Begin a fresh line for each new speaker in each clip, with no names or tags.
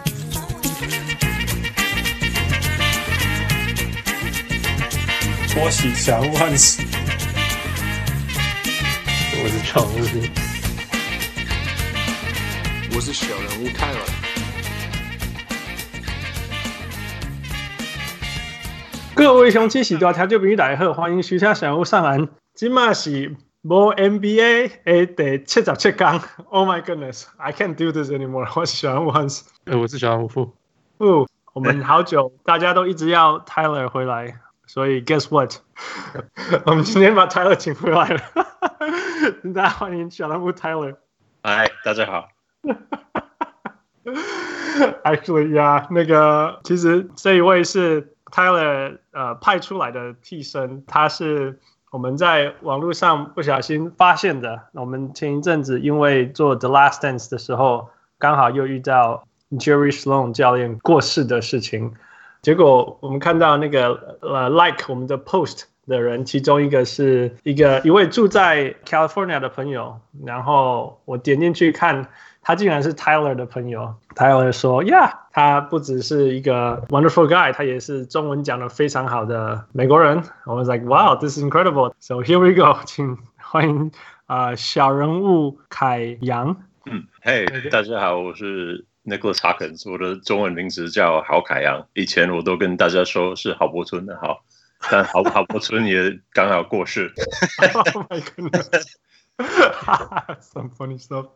我喜祥万喜，
我是常务。
我是小人物泰尔。
各位乡亲，喜大听众朋友大家好，欢迎收听小屋上岸。今嘛是无 NBA 诶第七十七天。Oh my goodness, I can't do this anymore。我 是小人物 Hans。
呃，我是小人物。
哦，我们好久，大家都一直要 Tyler 回来，所以 Guess what？我们今天把 Tyler 请回来了。大家欢迎小人物 Tyler。
嗨，大家好。
Actually, yeah，那个其实这一位是 Tyler 呃派出来的替身，他是我们在网络上不小心发现的。我们前一阵子因为做 The Last Dance 的时候，刚好又遇到 Jerry Sloan 教练过世的事情，结果我们看到那个呃 like 我们的 post 的人，其中一个是一个一位住在 California 的朋友，然后我点进去看，他竟然是 Tyler 的朋友。Tyler 说：“Yeah，他不只是一个 wonderful guy，他也是中文讲的非常好的美国人。” I was like, "Wow, this is incredible." So here we go，请欢迎啊、呃小人物凯阳。
嗯，嘿、大家好，我是 Nicholas Hawkins，我的中文名字叫郝凯阳。以前我都跟大家说是郝柏村的郝，但 郝郝柏村也刚好过世。
oh my goodness. Some funny stuff.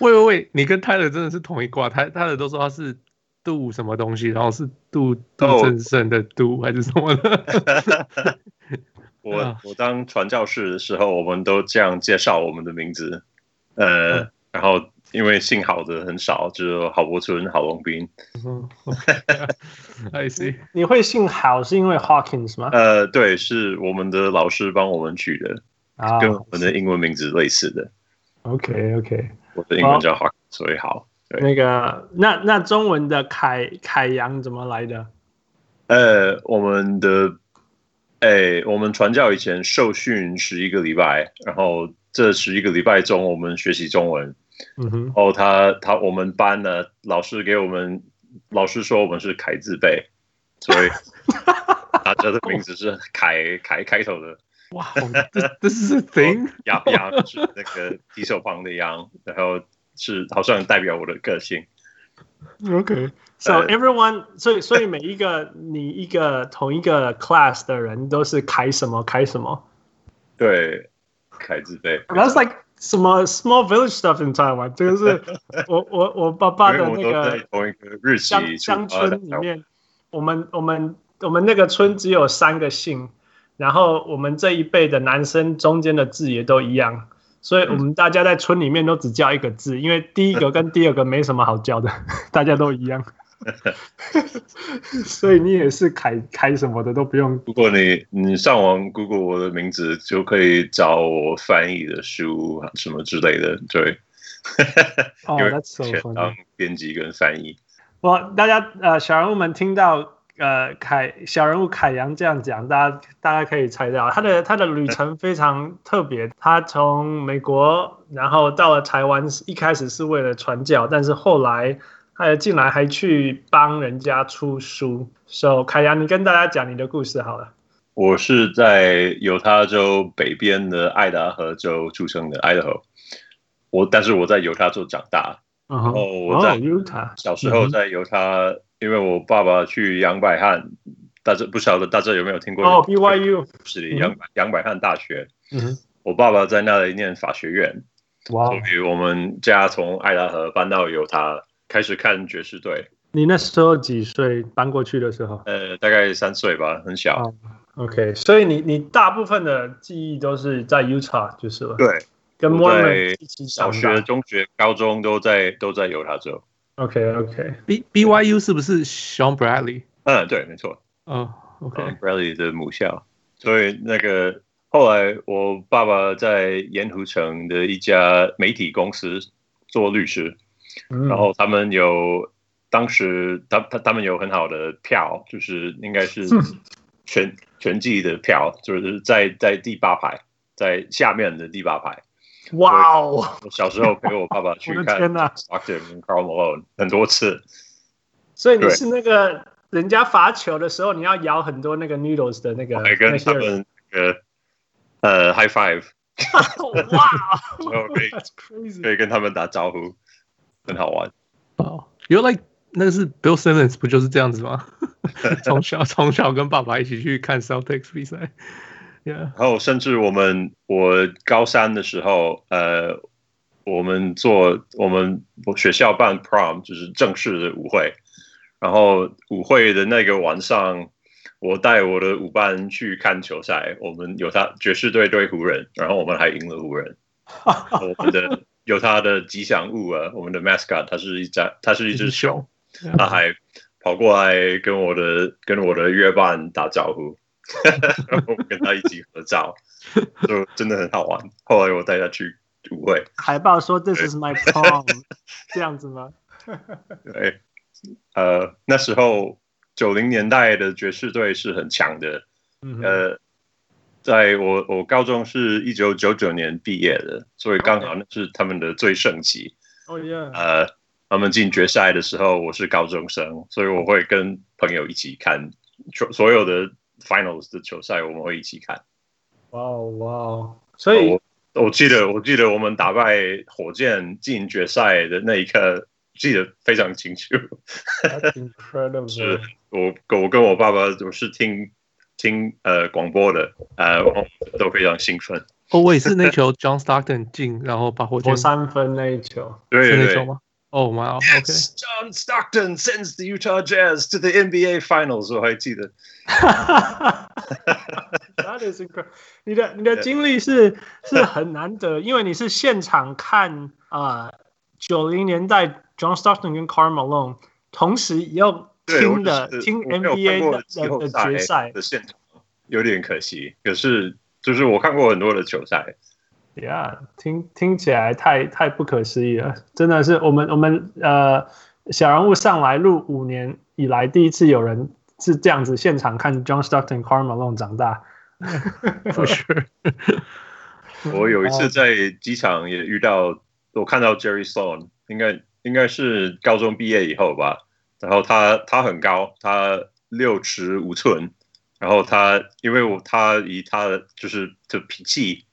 喂喂喂，你跟泰勒真的是同一卦，泰泰勒都说他是杜什么东西，然后是杜杜正胜的杜 还是什么的？
我
啊
我当传教士的时候，我们都这样介绍我们的名字。呃，然后因为姓郝的很少，只有郝柏村、郝龙斌。
嗯 I see，
你会姓郝是因为 Hawkins 吗？
呃，对，是我们的老师帮我们取的，
啊
跟我们的英文名字类似的。
OK OK，
我的英文叫 Hawk，所以好。对
那个那那中文的凯凯阳怎么来的？
呃，我们的，哎，我们传教以前受训十一个礼拜，然后这十一个礼拜中，我们学习中文。
嗯哼
然后他他我们班呢，老师给我们，老师说我们是凯字辈，所以大家的名字是凯 凯开头的。
哇，这这是 thing，
羊羊是那个提手旁的羊， 然后是好像代表我的个性。
，OK，So
呃
everyone，所以所以每一个你一个同一个 class 的人都是凯什么凯什么
对，凯字辈。
，That's like 什么 small village stuff in Taiwan，这个是我我我爸爸
因
的
为我
那
都
个
在同一个日期
乡乡
出发的
村里面，我们我们我们那个村只有三个姓，然后我们这一辈的男生中间的字也都一样，所
嗯
以我们大家在村里面都只叫一个字，因为第一个跟第二个没什么好叫的， 大家都一 样。所以你也是凯凯什么的都不用。
如果你你上网 Google 我的名字，就可以找我翻译的书啊什么之类的。对，
哦、
因
t
为
h a t s so
全呃
funny
当。编辑跟翻译。
我大家呃，小人物们听到呃凯小人物凯阳这样讲，大家大家可以猜到他的他的旅程非常特别。他从美国，然后到了台湾，一开始是为了传教，但是后来他进来还去帮人家出书。So 凯阳，你跟大家讲你的故事好了。
我是在犹他州北边的爱达荷州出生的，Idaho。我但是我在犹他州长大，
哦、
然后我在
Utah，
小时
嗯
候在犹他，因为我爸爸去杨百翰，大家不晓得大家有没有听过？
哦、BYU，
是
嗯
杨杨百翰大学。
嗯哼，
我爸爸在那里念法学院，
哇
所，以我们家从爱达荷搬到犹他，开始看爵士队。
你那时候几岁搬过去的时候？
呃，大概三岁吧，很小。
哦 OK，所以你你大部分的记忆都是在 Utah 就是了，
对，
跟
我
Mormon
在
一起长
小
大
学、中学、高中都在都在犹他州。
OK OK，
B B Y U 是不是 Sean Bradley？
嗯，对，没错。
哦，OK，
嗯 Bradley 的母校，所以那个后来我爸爸在盐湖城的一家媒体公司做律师，
嗯
然后他们有当时他他他们有很好的票，就是应该是
嗯
全全季的票，就是在在第八排，在下面的第八排。
哇哦，
我小时候陪我爸爸去
我的
看
天哪
Stockton 跟 Carl Malone 很多次，
所以你是那个人家罚球的时候，你要摇很多那个 noodles 的那个
还
那
跟
些
他
人。
们呃呃 high five，
哇哦
Okay.
，That's crazy！
可以跟他们打招呼，很好玩。
哦，You like 那个是 Bill Simmons 不就是这样子吗？ 从小从小跟爸爸一起去看 Celtics 比赛，Yeah，
然后甚至我们我高三的时候，呃，我们做我们学校办 prom 就是正式的舞会，然后舞会的那个晚上，我带我的舞伴去看球赛，我们有他爵士队对湖人，然后我们还赢了湖人。我们的有他的吉祥物啊，我们的 mascot，它是一只它是一 只熊，
熊，
他还跑过来跟我的跟我的乐伴打招呼，我跟他一起合照，就真的很好玩。后来我带他去舞会，
海报说 This is my prom，这 样子吗？
对，呃，那时候九零年代的爵士队是很强的，
嗯哼，
呃，在我我高中是一九九九年毕业的，所以刚好那是他们的最盛期。
哦耶，
呃，他们进决赛的时候，我是高中生，所以我会跟朋友一起看球，所有的 finals 的球赛，我们会一起看。
哇哦哇哦！所以
我我记得，我记得我们打败火箭进决赛的那一刻，记得非常清楚。
That's incredible！
是我我跟我爸爸我是听听呃广播的，呃，我都非常兴奋。
哦，我也是那球 John Stockton 进，然后把火箭
投
是
三分那一球，
对对
那
对
球。吗？哦，哇，OK，
Yes, John Stockton sends the Utah Jazz to the NBA Finals。我还记得，
That is incredible！你的你的经历是是很难得，因为你是现场看啊，九、零年代 John Stockton 跟 Karl Malone 同时又
对，我
听的
就是
听
我没有看
NBA
过
的
季后
的的决赛
的现场，有点可惜。可是就是我看过很多的球赛，
，Yeah，听听起来太太不可思议了，真的是我们我们呃小人物上来录五年以来第一次有人是这样子现场看 John Stockton、Karl Malone 长 大，
不是，
我有一次在机场也遇到，我看到 Jerry Sloan，应该应该是高中毕业以后吧。然后他他很高，他六尺五寸。然后他因为我他以他的就是的脾气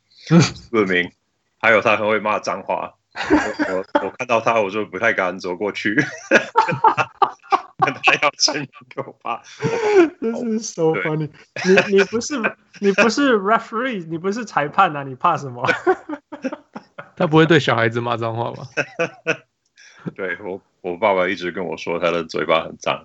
论名，还有他很会骂脏话。我我我看到他，我就不太敢走过去， 跟他要亲人给我爸，
这是 so
对
funny！你你不是你不是 referee，你不是裁判啊，你怕什 么？
他不会对小孩子骂脏话吧？
对我，我爸爸一直跟我说他的嘴巴很脏。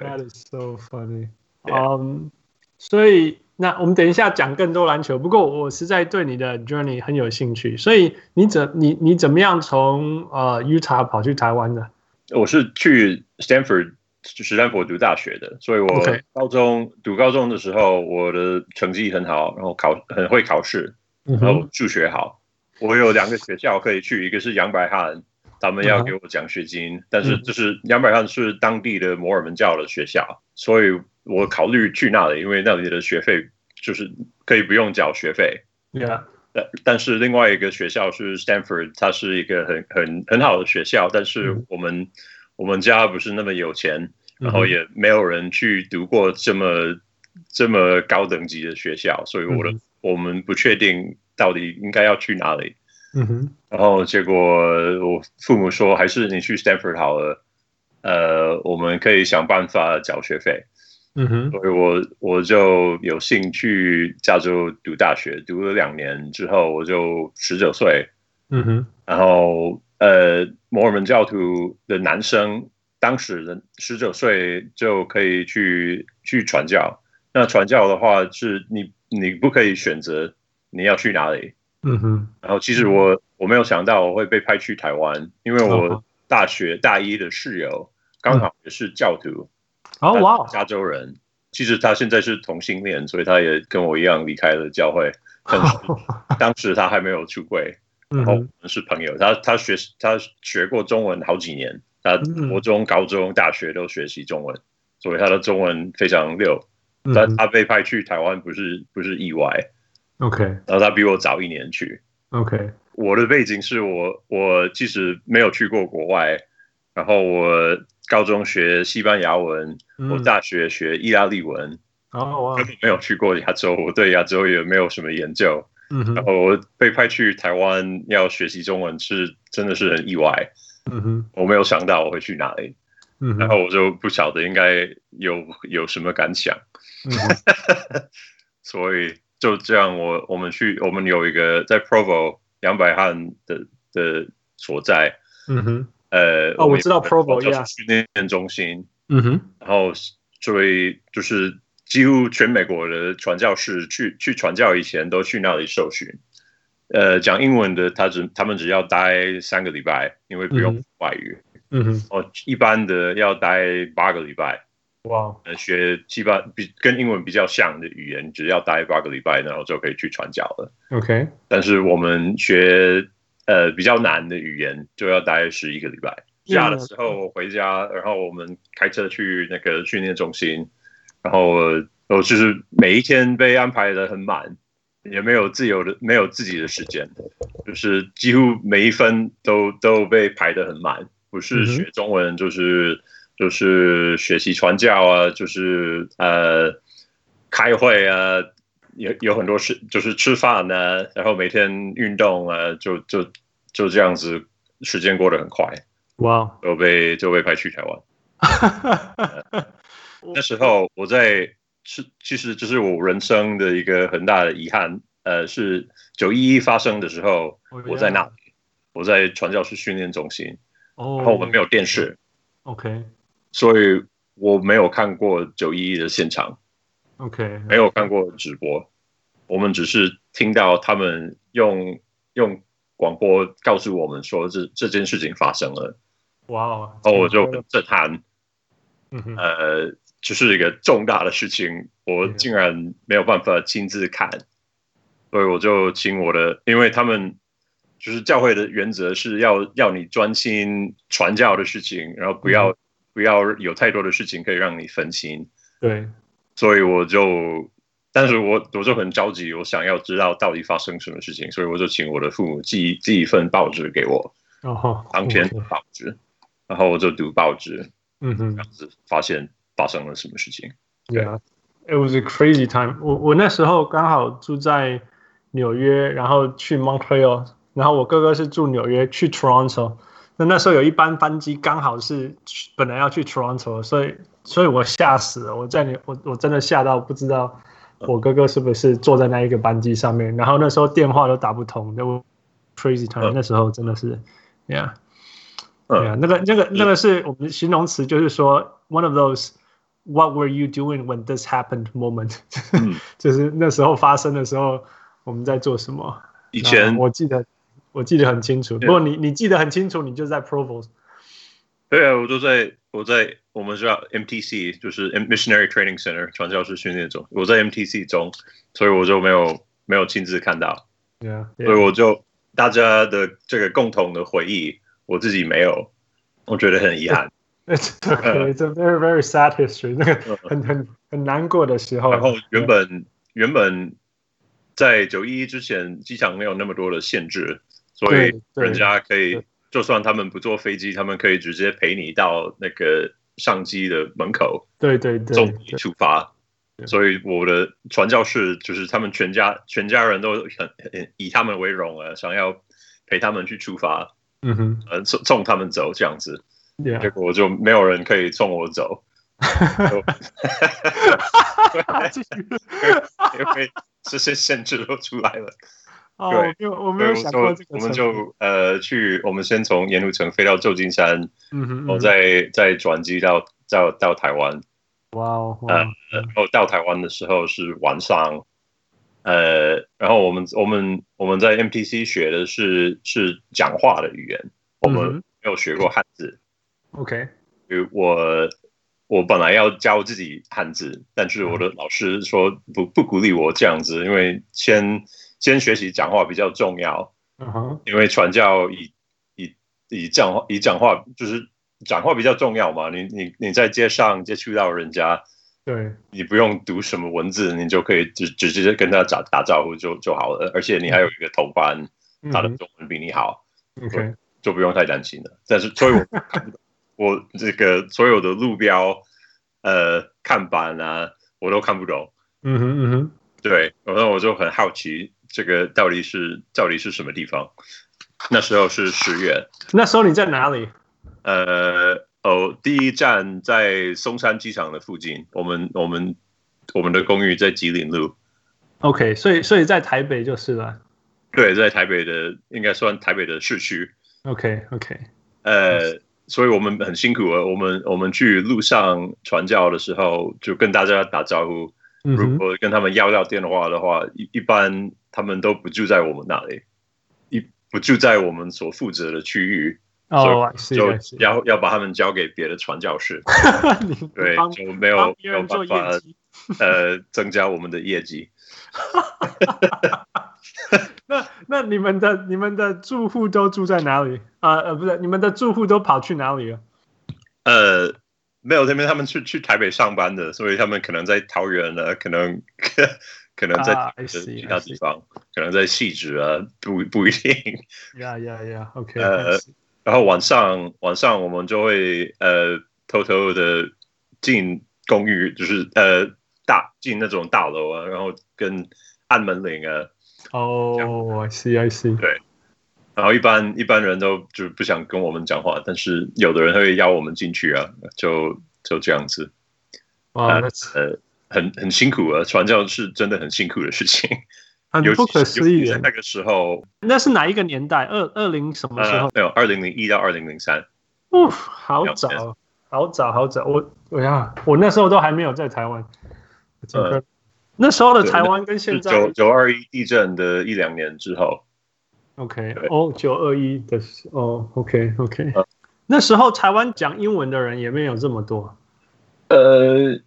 That is so funny.
Yeah.
嗯，所以那我们等一下讲更多篮球。不过我实在对你的 journey 很有兴趣，所以你怎你你怎么样从呃 Utah 跑去台湾的？
我是去 Stanford 史丹佛读大学的，所以我
OK
高中读高中的时候，我的成绩很好，然后考很会考试，
嗯
然后数学好。我有两个学校可以去，一个是杨百翰，他们
嗯
要给我奖学金，但是就是杨百翰是当地的摩尔门教的学校，所以我考虑去那里，因为那里的学费就是可以不用缴学费。
，Yeah，
但但是另外一个学校是 Stanford，它是一个很很很好的学校，但是我们、我们家不是那么有钱，
嗯
然后也没有人去读过这么这么高等级的学校，所以我的、我们不确定到底应该要去哪里。
嗯哼，
然后结果我父母说，还是你去 Stanford 好了，呃，我们可以想办法缴学费。
嗯哼，
所以我我就有幸去加州读大学，读了两年之后，我就十九岁，
嗯哼，
然后呃，摩尔门教徒的男生，当时的十九岁就可以去去传教。那传教的话，是你你不可以选择你要去哪里，
嗯哼，
然后其实我我没有想到我会被派去台湾，因为
哦
我大学大一的室友刚好也是教徒，
哦
他
哇哦，
加州人。其实他现在是同性恋，所以他也跟我一样离开了教会。但 是当时他还没有出柜，
嗯
然后我
哼，
们是朋友。他他学他学过中文好几年，他
嗯
国中、高中、大学都学习中文，所以他的中文非常溜。
嗯
但
哼
他被派去台湾不是不是意外，
，OK
然后他比我早一年去。
OK，
我的背景是我我其实没有去过国外，然后我高中学西班牙文，我
嗯，
大学学意大利文，
哦哇
根，本 没有去过亚洲，我对亚洲也没有什么研究。
嗯
然
哼，
后我被派去台湾要学习中文是真的是很意外，
嗯哼，
我没有想到我会去哪里，
嗯
然
哼，
后我就不晓得应该有有什么感想。
嗯哼，
所以就这样我，我们去，我们有一个在 Provo 杨百翰的的所在，
嗯 哼，
呃，
哦
们有
我知道 Provo，
就是
yeah
训练中心，
嗯哼，
然后所以就是几乎全美国的传教士去去传教以前都去那里受训，呃，讲英文的他只他们只要待三个礼拜，因为不用
嗯
外语，
嗯哼，
哦，一般的要待八个礼拜。
哇，
呃，学七八比跟英文比较像的语言，只要待八个礼拜，然后就可以去传教了。
OK，
但是我们学呃比较难的语言，就要待十一个礼拜。假的时候我回家，然后我们开车去那个训练中心，然后呃我就是每一天被安排的很满，也没有自由的，没有自己的时间，就是几乎每一分都都被排得很满，不是
嗯哼
学中文就是就是学习传教啊，就是呃开会啊，有有很多事就是吃饭呢、然后每天运动啊，就就就这样子，时间过得很快，
哇，哦
就被就被派去台湾。那时候我在是其实这是我人生的一个很大的遗憾，呃，是九一一发生的时候
哦，
我在那
呀
里，我在传教士训练中心，
哦，
然后我们没有电视，
OK，OK，
所以我没有看过九一一的现场。没有看过直播，我们只是听到他们用用广播告诉我们说这这件事情发生了，
哇哦，
然后我就很震撼，
嗯哼，
呃，这、是一个重大的事情，我竟然没有办法亲自看，所以我就请我的，因为他们就是教会的原则是要要你专心传教的事情，然后不要、不要有太多的事情可以让你分心，
对，
所以我就，但是我我就很着急，我想要知道到底发生什么事情，所以我就请我的父母寄寄一份报纸给我，
然后
当天的报纸，然后我就读报纸，
嗯哼
这。样子发现发生了什么事情。对
Yeah, it was a crazy time. 我我那时候刚好住在纽约，然后去 Montreal，然后我哥哥是住纽约去 Toronto。那那时候有一班班机刚好是去本来要去 Toronto，所以所以我吓死了，我在纽我我真的吓到不知道我哥哥是不是坐在那一个班机上面。然后那时候电话都打不通，that was crazy time、
嗯
那时候真的是，yeah。对啊
嗯，，
那个那个那个是我们形容词，就是说 one of those what were you doing when this happened moment，、
嗯
就是那时候发生的时候我们在做什么。
以前
然后我记得我记得很清楚，
对
如果你你记得很清楚，你就在 Provo。
对啊，我都在我在我们叫 MTC，就是 Missionary Training Center 传教士训练中，我在 MTC 中，所以我就没有没有亲自看到，
对啊，
所以我就大家的这个共同的回忆，我自己没有，我觉得很遗憾。
It's okay. It's a very very sad history. 那个
嗯
很很很难过的时候。
然后原本原本在九一一之前，机场没有那么多的限制，所以
对对
人家可以
对，
就算他们不坐飞机，他们可以直接陪你到那个上机的门口，
对对对
送你
对
出发
对。
所以我的传教士就是他们全家全家人都很很以他们为荣啊，想要陪他们去出发，
嗯哼
呃，送送他们走这样子。结
，Yeah，
果就没有人可以送我 走，
继续
因为 这些限制都出来了。
哦，
对
我没有我没
对，
有
我
想
说
过这个
我们
程度
就呃去，我们先从盐湖城飞到旧金山，
嗯哼，嗯
然后
哼
再再转机到到到台湾。
哇哦，哇
呃
哦，
然后到台湾的时候是晚上，呃，然后我们我们我们在 MTC 学的是是讲话的语言，我们
嗯
没有学过汉字。
哼 OK，
所以我我本来要教自己汉字，但是我
嗯
的老师说不不鼓励我这样子，因为先先学习讲话比较重要。
嗯哼，
因为传教以以以讲话以讲话就是讲话比较重要嘛。你你你在街上接触到人家，
对。
你不用读什么文字，你就可以直直接跟他打打招呼就就好了。而且你还有一个同伴，他的
嗯
中文比你好，
哼 OK，
就不用太担心了。但是所以我看不懂我这个所有的路标、呃看板啊，我都看不懂。
嗯哼嗯哼，
对，然后我就很好奇，这个到底是到底是什么地方？那时候是十月，
那时候你在哪里？
呃，哦，第一站在松山机场的附近，我们我们我们的公寓在吉林路，
OK，所以所以在台北就是了。
对，在台北的应该算台北的市区。
OK OK，
呃，所以我们很辛苦啊，我们我们去路上传教的时候，就跟大家打招呼。
嗯
如
哼，
果跟他们要要电话的话，一一般他们都不住在我们那里，一不住在我们所负责的区域，
哦，I see，
就
I see，
要要把他们交给别的传教士。
你你
对，
帮
就没
帮
有
别
没有
人做
办
业
法
绩。
呃增加我们的业绩。
那那你们的你们的住户都住在哪里？啊呃，不是，你们的住户都跑去哪里了？
呃，没有，因为他们去去台北上班的，所以他们可能在桃园呢，可能 可能在
啊，I
其
see，
他
I
地
see，
方，可能在细致啊，不不一定。
呀呀呀，OK，
呃
I see
然后晚上晚上我们就会呃偷偷的进公寓，就是呃大进那种大楼啊，然后跟按门铃啊，
哦，I see，I see，
然后一般一般人都就不想跟我们讲话，但是有的人会邀我们进去啊，就就这样子。
哇，那是
呃，很很辛苦啊，传教是真的很辛苦的事情，
很
尤其
啊不可思
尤
议
其在
耶。
那个时候，
那是哪一个年代？二二零什么时候
呃，？没有，二零零一到二零零三，
哦，好
了解
早，好早，好早。我我呀，我那时候都还没有在台湾。
呃
那时候的
对
台湾跟
是
现在
九九二一地震的一两年之后，
，OK，
对
哦，九二一的时哦，OK，OK、
呃
那时候台湾讲英文的人也没有这么多。
呃，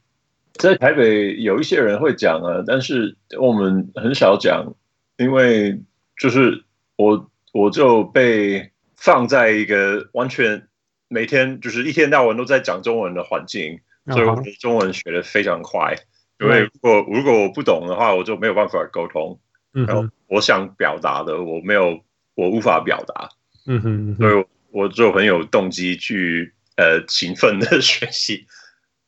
在台北有一些人会讲啊，但是我们很少讲，因为就是我我就被放在一个完全每天就是一天到晚都在讲中文的环境，所以
嗯
我
哼
的中文学的非常快。因为如果如果我不懂的话，我就没有办法沟通。
嗯
然后
哼，
我想表达的，我没有，我无法表达，
嗯哼，嗯
所
哼
以我我就很有动机去呃勤奋的 学习，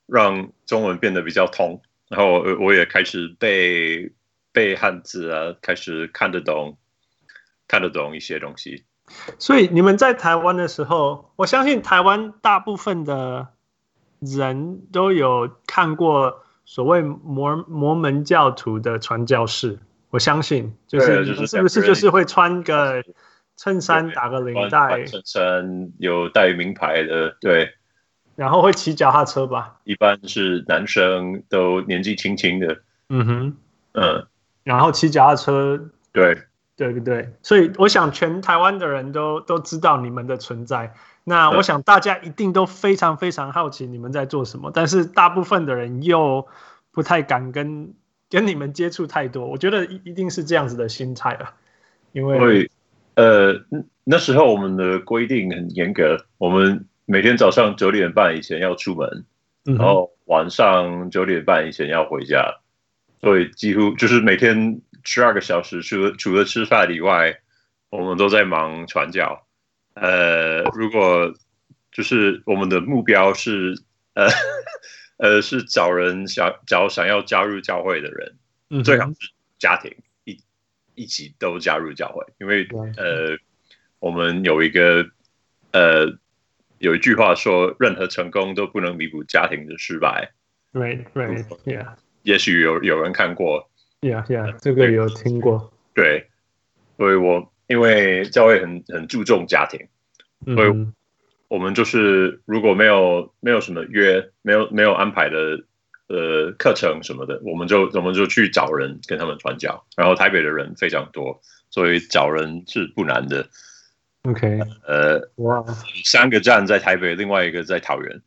让中文变得比较通。然后我我也开始背背汉字啊，开始看得懂，看得懂一些东西。
所以你们在台湾的时候，我相信台湾大部分的人都有看过所谓摩摩门教徒的传教士，我相信就是
对
你们
就是
是不是
两个人
就是会穿个衬衫、
对
打个领
穿
带
穿，衬衫，有带名牌的，对，
然后会骑脚踏车吧？
一般是男生都年纪轻轻的，
嗯哼，
嗯，
然后骑脚踏车，
对，
对不对？所以我想全台湾的人都都知道你们的存在。那
对
我想大家一定都非常非常好奇你们在做什么，但是大部分的人又不太敢跟跟你们接触太多。我觉得一一定是这样子的心态了，因
所
为
以，呃，那时候我们的规定很严格，我们每天早上九点半以前要出门，
嗯
然后晚上九点半以前要回家，所以几乎就是每天十二个小时，除了除了吃饭以外，我们都在忙传教。呃，如果就是我们的目标是，呃 呃，是找人想找想要加入教会的人。
嗯
最好是家庭一一起都加入教会，因为
对
呃，我们有一个呃有一句话说，任何成功都不能弥补家庭的失败。
，right right，yeah
也许有有人看过，
yeah
嗯
yeah，这个有听过，
对，所以我因为教会很很注重家庭，
嗯
对
哼
我们就是如果没有没有什么约，没有没有安排的呃课程什么的，我们就我们就去找人跟他们传教。然后台北的人非常多，所以找人是不难的。
，OK，
呃，
哇
三个站在台北，另外一个在桃园。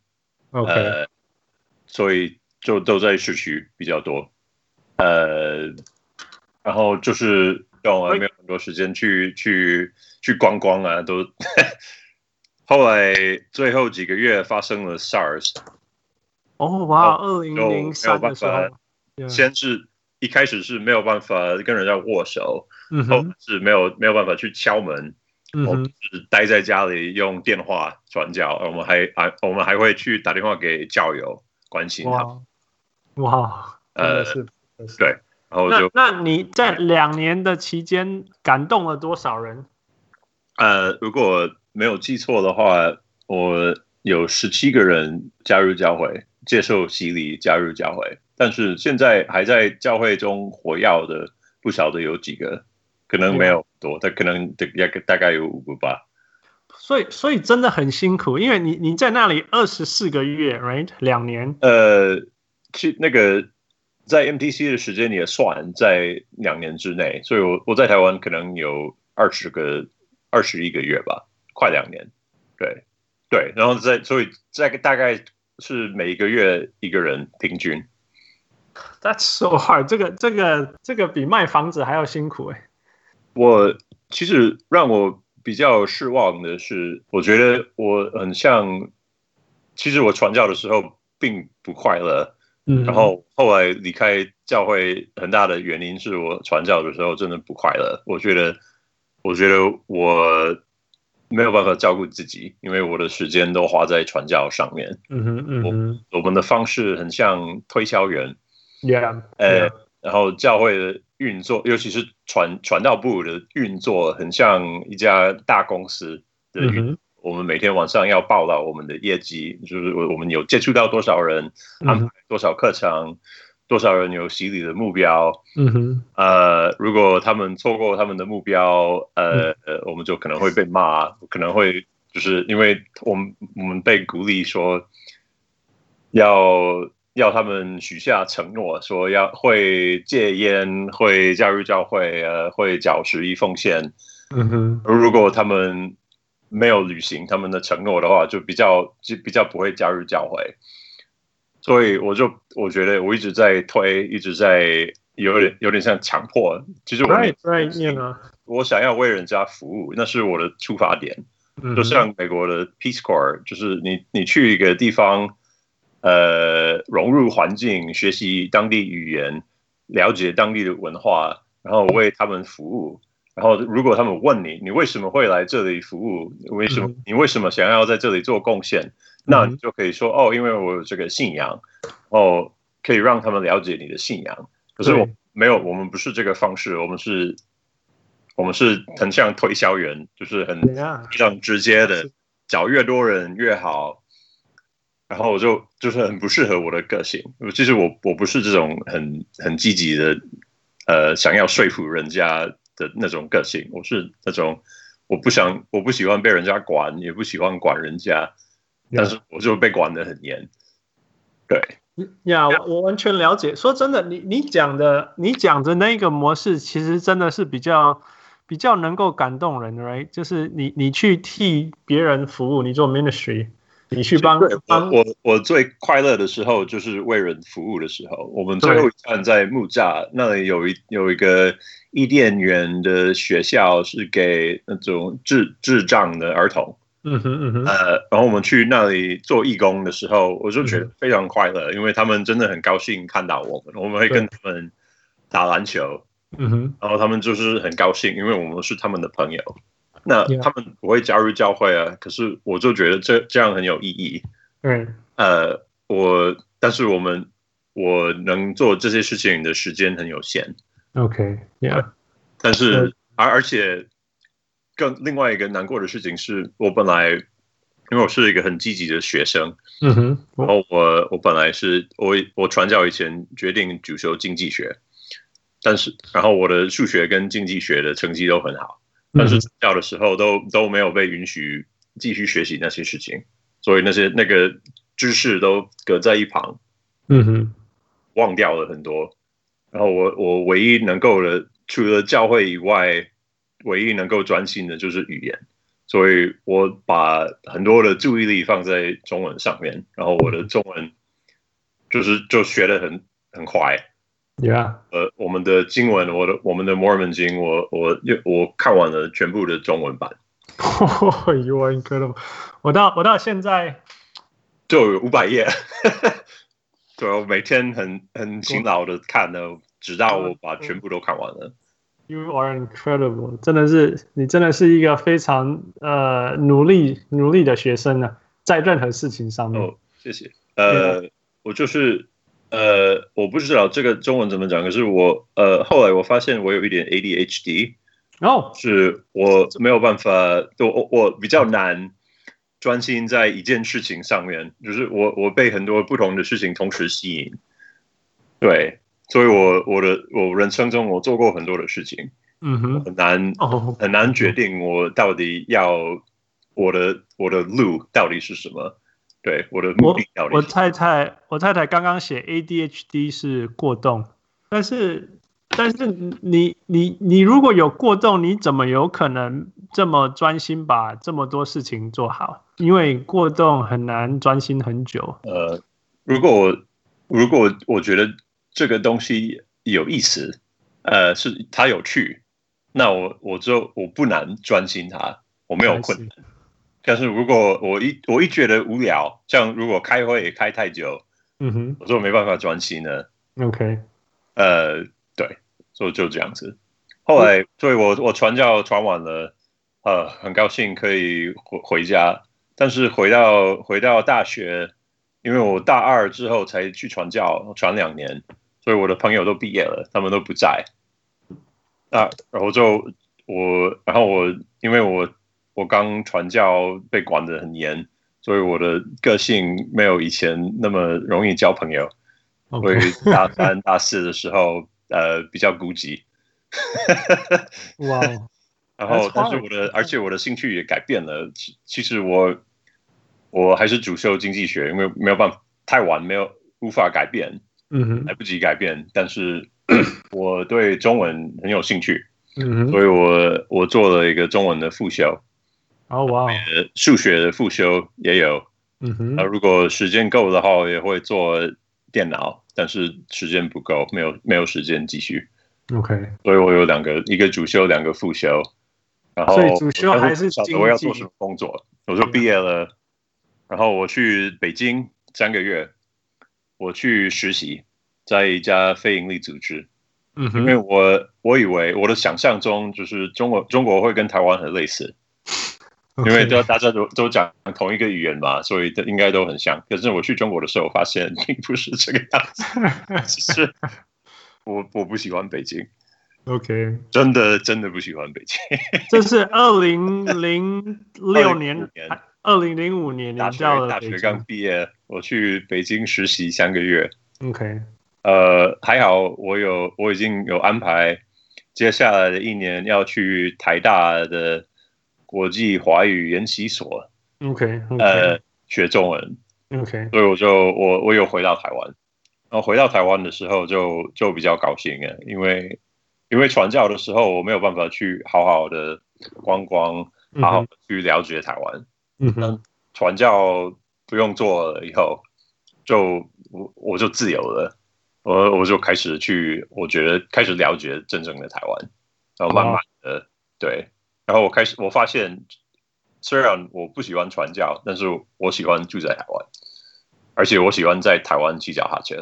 ，OK，
呃，所以就都在市区比较多。呃，然后就是让我
所以
没有很多时间去去去观光啊，都。 后来最后几个月发生了 SARS，
哦哇，二零
就没
零
有
三
办
的时候
法，
yeah，
先是一开始是没有办法跟人家握手，
嗯
后
哼
是没有没有办法去敲门，
嗯
我
哼
们是待在家里用电话传教，我们还还我们还会去打电话给教友关心他们，
哇哇，真的，
呃
是。真的是
对然后
那
就
那你在两年的期间感动了多少人？
呃，如果没有记错的话，我有十七个人加入教会，接受洗礼加入教会，但是现在还在教会中活跃的不晓得有几个，可能没有多，但可能大概大概有五个吧。
所以所以真的很辛苦，因为你你在那里二十四个月，right，两年，
呃，去那个在 MTC 的时间也算在两年之内，所以我我在台湾可能有二十个二十一个月吧，快两年。对对，然后在所以在大概是每一个月一个人平均。
That's so hard，这个这个这个比卖房子还要辛苦哎、
我其实让我比较失望的是，我觉得我很像，其实我传教的时候并不快乐。
嗯
然后后来离开教会，很大的原因是我传教的时候真的不快乐。我觉得，我觉得我没有办法照顾自己，因为我的时间都花在传教上面。
嗯哼嗯哼
我们的方式很像推销员，
，Yeah，
呃，然后教会的运作，尤其是传传道部的运作，很像一家大公司的
嗯
运。
哼
我们每天晚上要报道我们的业绩，就是我我们有接触到多少人，安排多少课程，多少人有洗礼的目标。
嗯哼，
呃，如果他们错过他们的目标，呃呃，我们就可能会被骂，可能会就是因为我们我们被鼓励说要要他们许下承诺，说要会戒烟，会加入教会，呃，会缴十一奉献。
嗯哼，
如果他们没有履行他们的承诺的话，就比较就比较不会加入教会。所以我就我觉得我一直在推，一直在有点有点像强迫。其实我
Right, right, you know，
我想要为人家服务，那是我的出发点。
嗯哼
就像美国的 Peace Corps，就是你你去一个地方，呃，融入环境，学习当地语言，了解当地的文化，然后为他们服务。然后，如果他们问你，你为什么会来这里服务？为什么、
嗯
你为什么想要在这里做贡献？那
嗯
你就可以说哦，因为我有这个信仰，哦，可以让他们了解你的信仰。可是我
对
没有，我们不是这个方式，我们是，我们是很像推销员，就是很
嗯 Yeah，
非常直接的，找越多人越好。然后我就就是很不适合我的个性，其实我我不是这种很很积极的，呃，想要说服人家的那种个性，我是那种我不想我不喜欢被人家管，也不喜欢管人家，但是我就被管得很严。对，
呀、我我完全了解。说真的，你你讲的你讲的那个模式，其实真的是比较比较能够感动人的，right？就是你你去替别人服务，你做 ministry，你去帮
对我
帮
我我最快乐的时候就是为人服务的时候。我们最后一站在木栅那里有一有一个伊甸园的学校，是给那种智智障的儿童。
嗯哼嗯哼，
呃，然后我们去那里做义工的时候，我就觉得
嗯
非常快乐，因为他们真的很高兴看到我们，我们会
对
跟他们打篮球，
嗯哼，
然后他们就是很高兴，因为我们是他们的朋友。那
Yeah
他们不会加入教会啊，可是我就觉得这这样很有意义。
对，
呃，我但是我们我能做这些事情的时间很有限，
OK，Yeah，
但是
嗯
而而且更另外一个难过的事情是我本来因为我是一个很积极的学生，
嗯哼，我
然后我我本来是我我传教以前决定主修经济学，但是然后我的数学跟经济学的成绩都很好，但是
嗯
传教的时候都都没有被允许继续学习那些事情，所以那些那个知识都搁在一旁。
嗯哼，
忘掉了很多。然后我我唯一能够的，除了教会以外，唯一能够专心的就是语言。所以我把很多的注意力放在中文上面，然后我的中文就是就学得很很快。
，Yeah，
呃，我们的经文，我的我们的 Mormon 经，我我我看完了全部的中文版，
You are incredible。我到我到现在，
就有五百页。 对，我每天很很勤劳的看呢，直到我把全部都看完了。
You are incredible，真的是你真的是一个非常呃努力努力的学生呢、在任何事情上面。
哦，谢谢。
啊
呃，我就是呃，我不知道这个中文怎么讲，可是我呃，后来我发现我有一点 ADHD，
然后
是我没有办法，就我我比较难专心在一件事情上面，就是我我被很多不同的事情同时吸引，对，所以我我的我人生中我做过很多的事情，
嗯哼，
很难
哦，
很难决定我到底要我的我的路到底是什么，对，我的目的到底
我
是什么
太太，我太太刚刚写 ADHD 是过动，但是但是你你你如果有过动，你怎么有可能这么专心把这么多事情做好？因为过动很难专心很久。
呃，如果我如果我我觉得这个东西有意思，呃，是它有趣，那我我就我不难专心它，我没有困难。但是如果我一我一觉得无聊，像如果开会也开太久，
嗯哼
我就没办法专心了。
，OK，
呃，对，就就这样子。后来，对我我传教传完了，呃，很高兴可以回回家。但是回到回到大学，因为我大二之后才去传教，传两年，所以我的朋友都毕业了，他们都不在。那然后就我，然后我因为我我刚传教被管得很严，所以我的个性没有以前那么容易交朋友。
哦
所以
OK，
大三、大四的时候，呃，比较孤寂。
哇 哦，
然后
That's，
但是
hard.
我的，而且我的兴趣也改变了。其其实我，我还是主修经济学，因为没有办法，太晚没有无法改变，
嗯哼，
来不及改变。但是 我对中文很有兴趣，
嗯哼，
所以我我做了一个中文的复修，
哦哇哦，
呃，数学的复修也有。
嗯
那
哼，
如果时间够的话，我也会做电脑，但是时间不够，没有没有时间继续。
，OK，
所以我有两个，一个主修，两个副修。然后
所以主修还是
我想
经济
我要做什么工作？我就毕业了，然后我去北京三个月，我去实习，在一家非盈利组织。
嗯
因为
哼，
我我以为我的想象中就是中国中国会跟台湾很类似，因为都大家都都讲同一个语言嘛，所以都应该都很像。可是我去中国的时候，发现并不是这个样子。其实我我不喜欢北京，
OK，
真的真的不喜欢北京。
这是二零零六年
2005年，
二零零五年
大
你
学
到了
大
北
学
京
刚毕业，我去北京实习三个月。
OK，
呃，还好我有我已经有安排，接下来的一年要去台大的国际华语研习所，
OK，
呃，学中文，
OK，
所以我就我我有回到台湾。然后回到台湾的时候就就比较高兴了，因为因为传教的时候我没有办法去好好的观光，好好
嗯
的去了解台湾。
嗯哼，
传教不用做了以后，就我我就自由了，我我就开始去，我觉得开始了解真正的台湾，然后慢慢
哦
的、对，然后我开始我发现，虽然我不喜欢传教，但是我喜欢住在台湾，而且我喜欢在台湾骑脚踏车。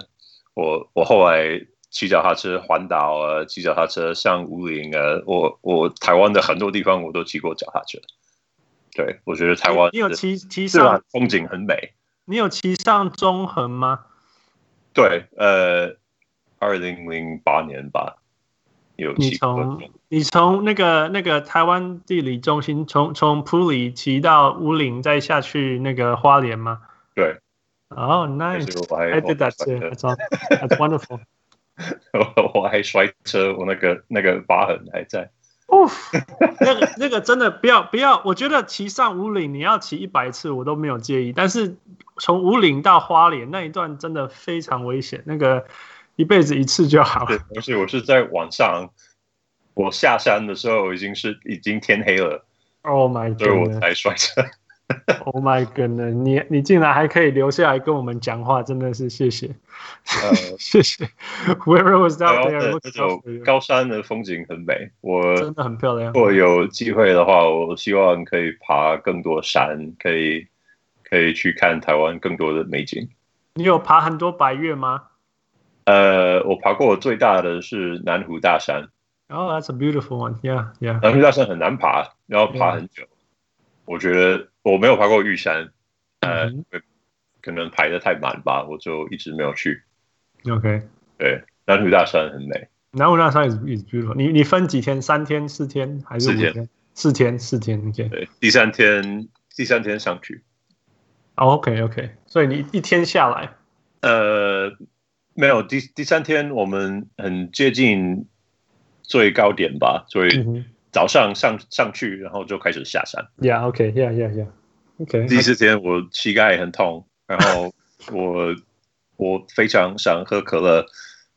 我我后来骑脚踏车环岛啊，骑脚踏车上五岭啊，我我台湾的很多地方我都骑过脚踏车。对，我觉得台湾
你有
的
骑骑
是吧
上？
风景很美。
你有骑上中横吗？
对，呃，二零零八年吧，有
你
骑过
从你从那个那个台湾地理中心从从普里骑到五岭，再下去那个花莲吗？
对，
哦、n i
但
c
是
e
我还
I did that
我
too.
还
That's all. That's wonderful.
我还摔车， 我那个那个疤痕 还在。
Oof，那 个那个真的不要不要，我觉得骑上五岭你要骑一百次我都没有介意，但是从五岭到花莲那一段真的非常危险，那个一辈子一次就好。
对，而且我是在晚上，我下山的时候已经是已经天黑了，
Oh my
所以我
goodness,
才 摔车。
Oh my goodness，你你竟然还可以留下来跟我们讲话，真的是谢谢
呃，
谢谢。Whoever was
台
out
湾
there
的这
looking out
种
for you，
高山的风景很美，我
真的很漂亮
如。果有机会的话，我希望可以爬更多山，可以可以去看台湾更多的美景。
你有爬很多百越吗
呃，我爬过最大的是南湖大山，
Oh, that's a beautiful one. Yeah, yeah.
南湖大山很难爬，要爬很久。我觉得我没有爬过玉山，呃，
嗯
可能排的太满吧，我就一直没有去。
Okay.
对，南湖大山很美，
南湖那山 is is beautiful 你。你分几天？三天、四天还是五
四天
天？四天，四天。OK，
对，第三天第三天上去，
哦、o k OK，所以你一天下来，
呃，没有第第三天我们很接近最高点吧，所以
嗯哼
早上上上去，然后就开始下山。
，Yeah，OK，Yeah，Yeah，Yeah，OK，
第四天我膝盖很痛，然后我我非常想喝可乐，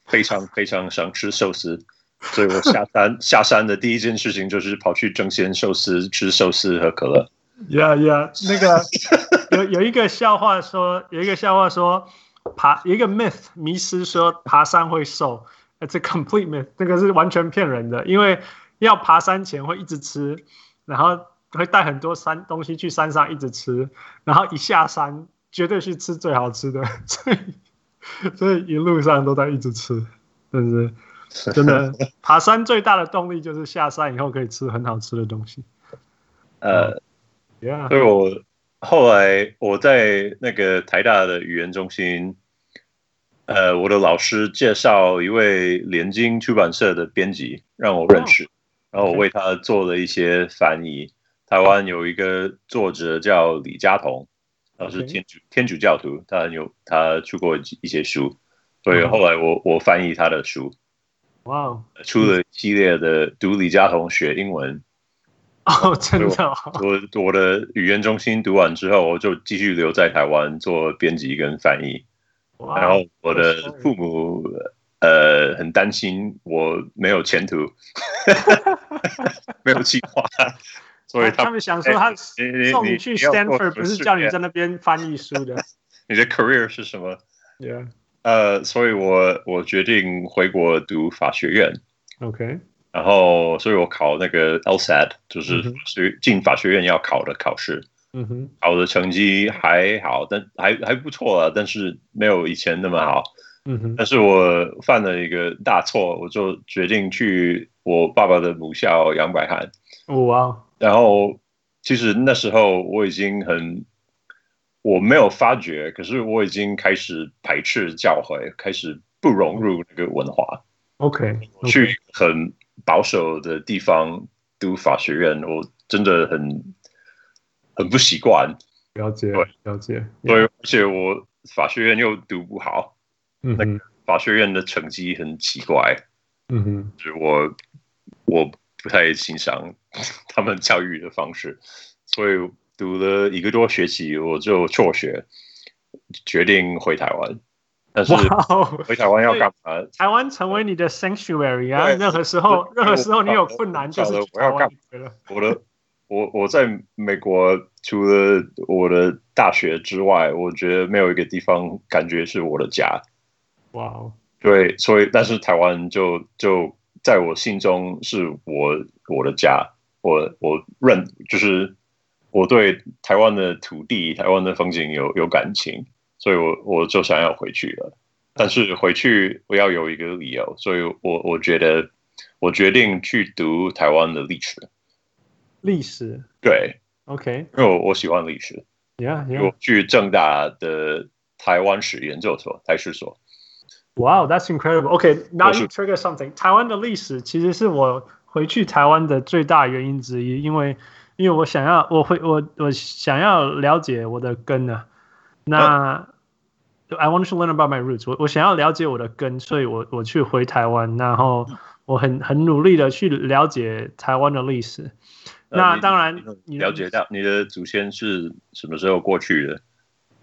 非常非常想吃寿司，所以我下山下山的第一件事情就是跑去争鲜寿司吃寿司和可乐。
Yeah, yeah，那个有有一个笑话说，有一个笑话说，爬有一个 myth 迷失说爬山会瘦，it's a complete myth，这个是完全骗人的，因为要爬山前会一直吃，然后会带很多山东西去山上一直吃，然后一下山绝对是吃最好吃的， 所以所以一路上都在一直吃，真是真的爬山最大的动力就是下山以后可以吃很好吃的东西
呃，
，Yeah，
所以我后来我在那个台大的语言中心，呃，我的老师介绍一位联经出版社的编辑让我认识，然后我为他做了一些翻译。台湾有一个作者叫李佳彤，他是
OK
天主天主教徒，他有他出过一些书，所以后来我我翻译他的书，
哇哦。
出了一系列的读李佳彤学英文，
哦，真的、哦，
我 我的语言中心读完之后，我就继续留在台湾做编辑跟翻译。
哦哇
然后我的
好爽
父母呃很担心我没有 前途，没有计划，所以
他
他哎
们想说他
你你
送你去
你要做
Stanford，不是叫你
事业
在那边翻译书 的。
你的 career 是什么？
Yeah,
呃，所以我我决定回国读法学院，
OK，
然后所以我考那个 LSAT，就是
嗯哼
是进法学院要考的考试。
嗯哼，
考的成绩还好，但还还不错啊，但是没有以前那么好。
嗯哼，
但是我犯了一个大错，我就决定去我爸爸的母校杨百翰。
哦哇哦，
然后其实那时候我已经很，我没有发觉，可是我已经开始排斥教会，开始不融入那个文化。
嗯，OK，
我去很保守的地方读法学院，我真的很很不习惯。
了解
对
了解，
对，而且我法学院又读不好，
嗯哼
法学院的成绩很奇怪，
嗯哼
就是我我不太欣赏他们教育的方式，所以读了一个多学期我就辍学，决定回台湾。但是
哇哦，
回台湾要干嘛？
台湾成为你的 sanctuary 啊！
对
任何时候，
对
任何时候你有困难就是
我
去
晓得我要
台湾
干
就对了。
我的我我在美国除了我的大学之外，我觉得没有一个地方感觉是我的家。
哇哦，
对，所以但是台湾就就在我心中是我我的家，我我认就是我对台湾的土地、台湾的风景有有感情，所以我我就想要回去了。但是回去我要有一个理由，所以我我觉得我决定去读台湾的历史，
历史
对，
，OK，Yeah，Yeah，、
因为我我喜欢历史，我去正大的台湾史研究所、台史所，
Wow, that's incredible. Okay, now
我是
you trigger something. 台湾的历史其实是我回去台湾的最大原因之一，因为因为我想要，我会我我想要了解我的根啊。那、I want to learn about my roots. 我我想要了解我的根，所以我我去回台湾，然后我很很努力的去了解台湾的历史。
呃
那
你
当然你
了解到你的祖先是什么时候过去的？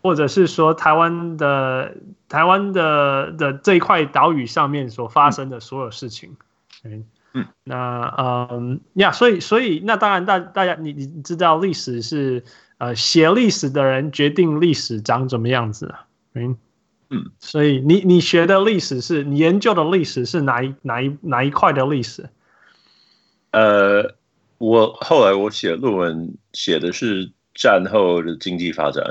或者是说台湾的台湾的的这一块岛屿上面所发生的所有事情。嗯
嗯，
那嗯呀所以所以那当然大大家你你你知道历史是呃写历史的人决定历史长怎么样子啊，嗯
嗯，
所以你你学的历史是你研究的历史是哪一哪一哪一块的历史？
呃，我后来我写论文写的是战后的经济发展，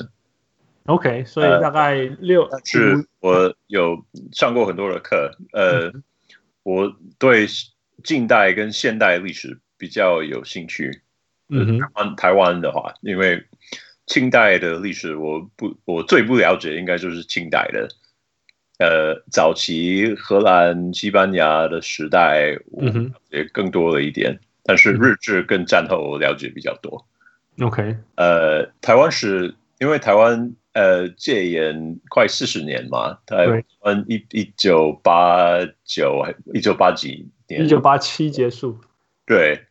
OK，所以
呃
大概六、
嗯是我有上过很多的课，呃，我对近代跟现代历史比较有兴趣。
嗯
台湾台湾的话，因为清代的历史我不我最不了解，应该就是清代的。呃，早期荷兰、西班牙的时代，我
嗯哼
也更多了一点，但
嗯
是日治跟战后我了解比较多。
哼
嗯
，OK，
呃，台湾是因为台湾呃戒严快四十年嘛，台
对
湾一一九八九一九八几年
一九八七结束，
对，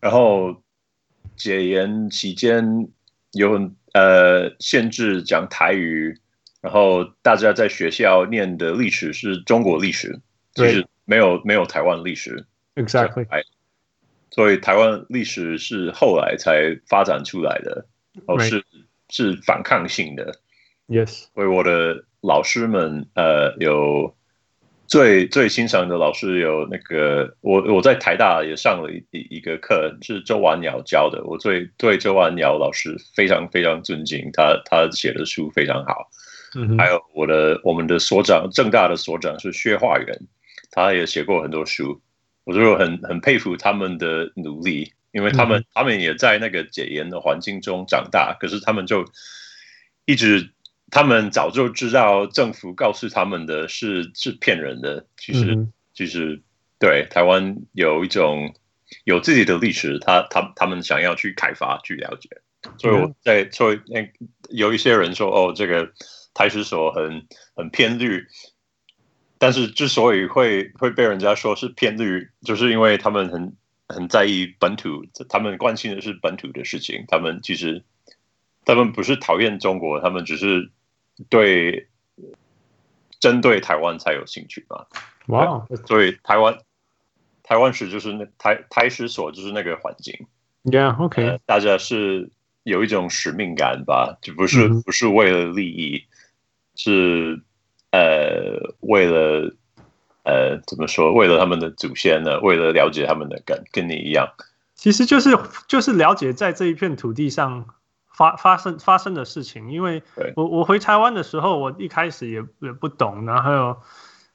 然后解严期间有很呃限制讲台语，然后大家在学校念的历史是中国历史，其
对
实没有没有台湾历史。
Exactly.
哎所以台湾历史是后来才发展出来的，哦，
Right.
是是反抗性的。
Yes.
所以我的老师们，呃，有最最欣赏的老师有那个我我在台大也上了一一一个课，是周婉瑶教的。我最对周婉瑶老师非常非常尊敬，他他写的书非常好。
嗯哼
还有我的我们的所长，正大的所长是薛化元，他也写过很多书，我就很很佩服他们的努力，因为他们、他们也在那个解严的环境中长大，可是他们就一直，他们早就知道政府告诉他们的是是骗人的，其实、
嗯
其实对台湾有一种有自己的历史，他他他们想要去开发去了解。所以我在，所以那有一些人说，哦，这个台史所很很偏绿，但是之所以会会被人家说是偏绿，就是因为他们很很在意本土，他们关心的是本土的事情，他们其实他们不是讨厌中国，他们只是对针对台湾才有兴趣嘛。
哇哦
所以台湾台湾史就是那台台史所就是那个环境。
，Yeah，OK，
呃，大家是有一种使命感吧，就不是
嗯哼
不是为了利益，是呃为了呃怎么说？为了他们的祖先呢？为了了解他们的感，跟你一样。
其实就是就是了解在这一片土地上发发生发生的事情，因为
对
我我回台湾的时候，我一开始也也不懂，然后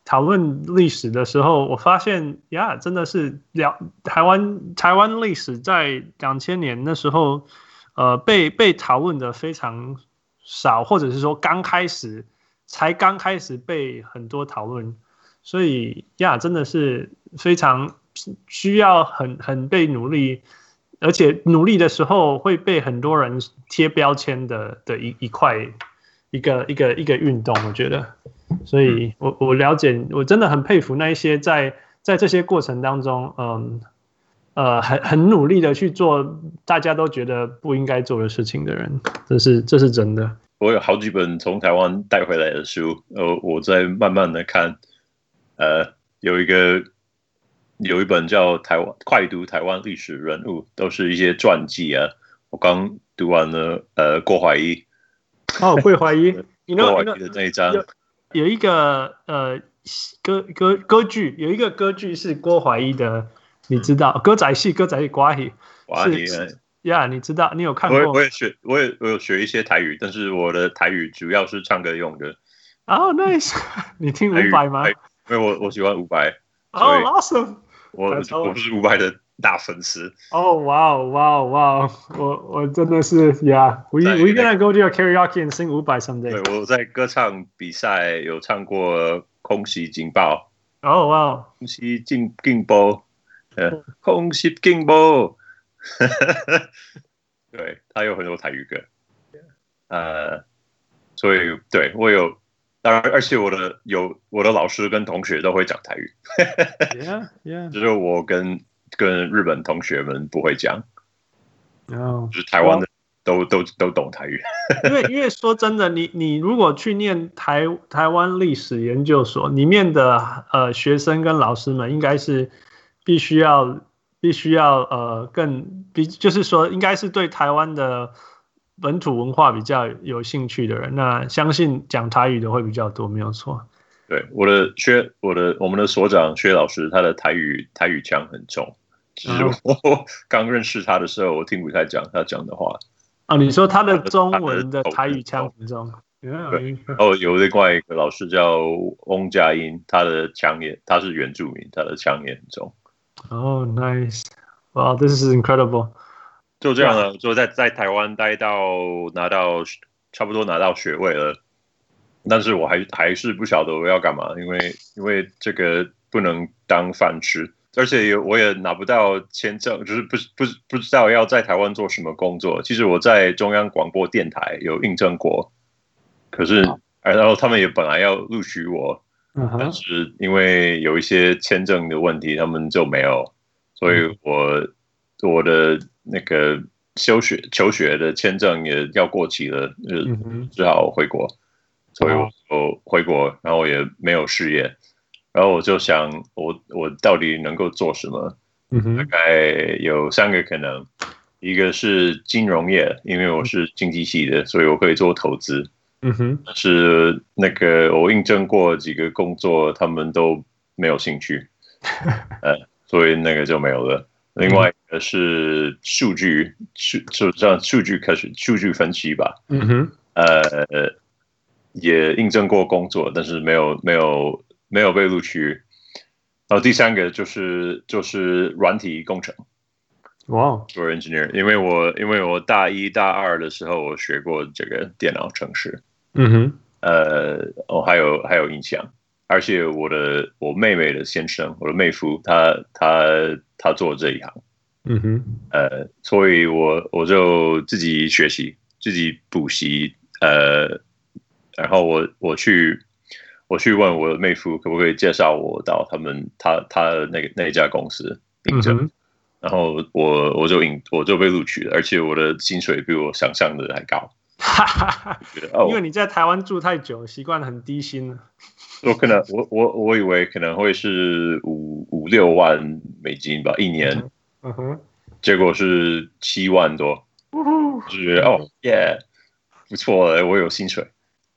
讨论历史的时候，我发现呀，真的是了台湾台湾历史在两千年那时候，呃，被被讨论的非常少，或者是说刚开始才刚开始被很多讨论，所以呀，真的是非常需要很很被努力，而且努力的时候会被很多人贴标签的的一一块一个一个一个运动，我觉得，所以我我了解，我真的很佩服那一些在在这些过程当中，嗯。呃，很很努力的去做大家都觉得不应该做的事情的人，这是这是真的。
我有好几本从台湾带回来的书，呃，我在慢慢的看。呃，有一个有一本叫《台湾快读台湾历史人物》，都是一些传记啊。我刚读完了，呃，郭怀一，
哦，桂怀一，你
郭
know
怀
you know-
一的那一章，
有一个呃歌歌歌剧，有一个歌剧是郭怀一的，你知道歌仔戏，歌仔戏瓜戏
哇，你
是呀你知道你有看
我也我
过？
也学，我也我有学一些台语，但是我的台语主要是唱歌用的。
哦、n i c e 你听
台语
伍佰吗
台？因为我我喜欢伍佰，
哦
所以
，awesome！Oh,
我
台超
我是伍佰的大粉丝。
哦，哇哦，哇哦，哇哦！我我真的是，Yeah，we
在
we gonna go to a karaoke and sing 伍佰 someday
对，。我在歌唱比赛有唱过《空袭警报》，
哦，哇 哦！
空袭警警报，
嗯
呃，空袭警报。 对他有很多台语歌，呃，所以对我有，当然而且我的有我的老师跟同学都会讲台语。
，Yeah Yeah，
就是我跟跟日本同学们不会讲，
Oh.
哦
就是台湾的都都都懂台语。
因为因为说真的，你你如果去念台台湾历史研究所里面的呃学生跟老师们，应该是必须要必须要呃更比，就是说应该是对台湾的本土文化比较有兴趣的人，那相信讲台语的会比较多，没有错。
对，我的薛，我的我们的所长薛老师，他的台语台语腔很重。其实
哦
我 刚认识他的时候，我听不太讲他讲的话。
啊，你说他的哦中文的台语腔很重，Yeah，
然后哦有另外一个老师叫翁佳音，他的腔也，他是原住民，他的腔也很重。
Oh, nice. Wow, this is incredible.
就这样了，就在在台湾待到拿到差不多拿到学位了，但是我还还是不晓得我要干嘛，因为因为这个不能当饭吃，而且也我也拿不到签证，就是不不不知道要在台湾做什么工作。其实我在中央广播电台有应征过，可是然后他们也本来要录取我，
嗯哼
但是因为有一些签证的问题，他们就没有，所以我我的那个休学求学的签证也要过期了，呃
嗯哼
只好回国，所以我
哦
就回国，然后也没有事业，然后我就想我我到底能够做什么？
嗯哼
大概有三个可能，一个是金融业，因为我是经济系的，所以我可以做投资，
嗯
Mm-hmm.
哼
是那个我应征过几个工作，他们都没有兴趣，呃，所以那个就没有了。另外一个是数据，数就像数据可是数据分析吧，
嗯哼
呃，也应征过工作，但是没有没有没有被录取。然后第三个就是就是软体工程。
，Wow，
做 engineer，因为我因为我大一大二的时候我学过这个电脑程式，
嗯哼
呃，我、还有还有印象，而且我的我妹妹的先生，我的妹夫，他他他做这一行，
嗯哼
呃，所以我我就自己学习，自己补习，呃，然后我我去我去问我的妹夫可不可以介绍我到他们他他的那个那一家公司应
嗯
征，
哼，
然后我我就应我就被录取了，而且我的薪水比我想象的还高，
哈哈哈，
觉得哦
因为你在台湾住太久，习惯很低薪了。
我可能我我我以为可能会是五五六万美金吧，一年，
嗯哼，
结果是七万多，
呜呼
就觉得哦耶不错了，我有薪水。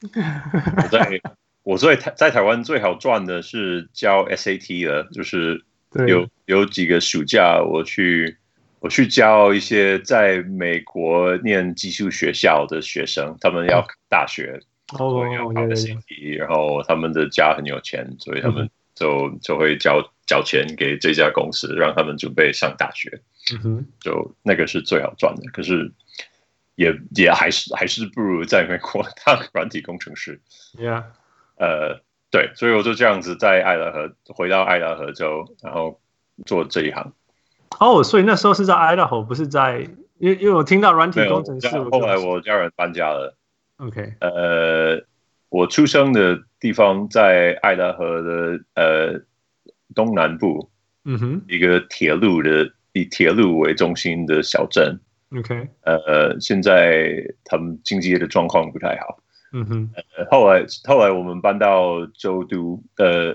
我 在我在台在台湾最好赚的是教 SAT 了，就是
对，
有有几个暑假我去我去教一些在美国念寄宿学校的学生，他
嗯
们要考大学，
哦，
所以要
有
考
有有
个星，期，然后他们的家很有钱，所以他
嗯
们就就会交交钱给这家公司，让他们准备上大学，
嗯哼，
就那个是最好赚的。可是也也还是还是不如在美国 当软体工程师。
，Yeah，
呃，对，所以我就这样子在爱达荷回到爱达荷州，然后做这一行。
哦，所以那时候是在 Idaho，不是在，因为因为我听到软体
没有
工程师，我就
后来我家人搬家了。
OK，
呃，我出生的地方在爱达荷的呃东南部
嗯哼
一个铁路的以铁路为中心的小镇。
，OK，
呃，现在他们经济的状况不太好。
嗯哼，
呃后来后来我们搬到州都，呃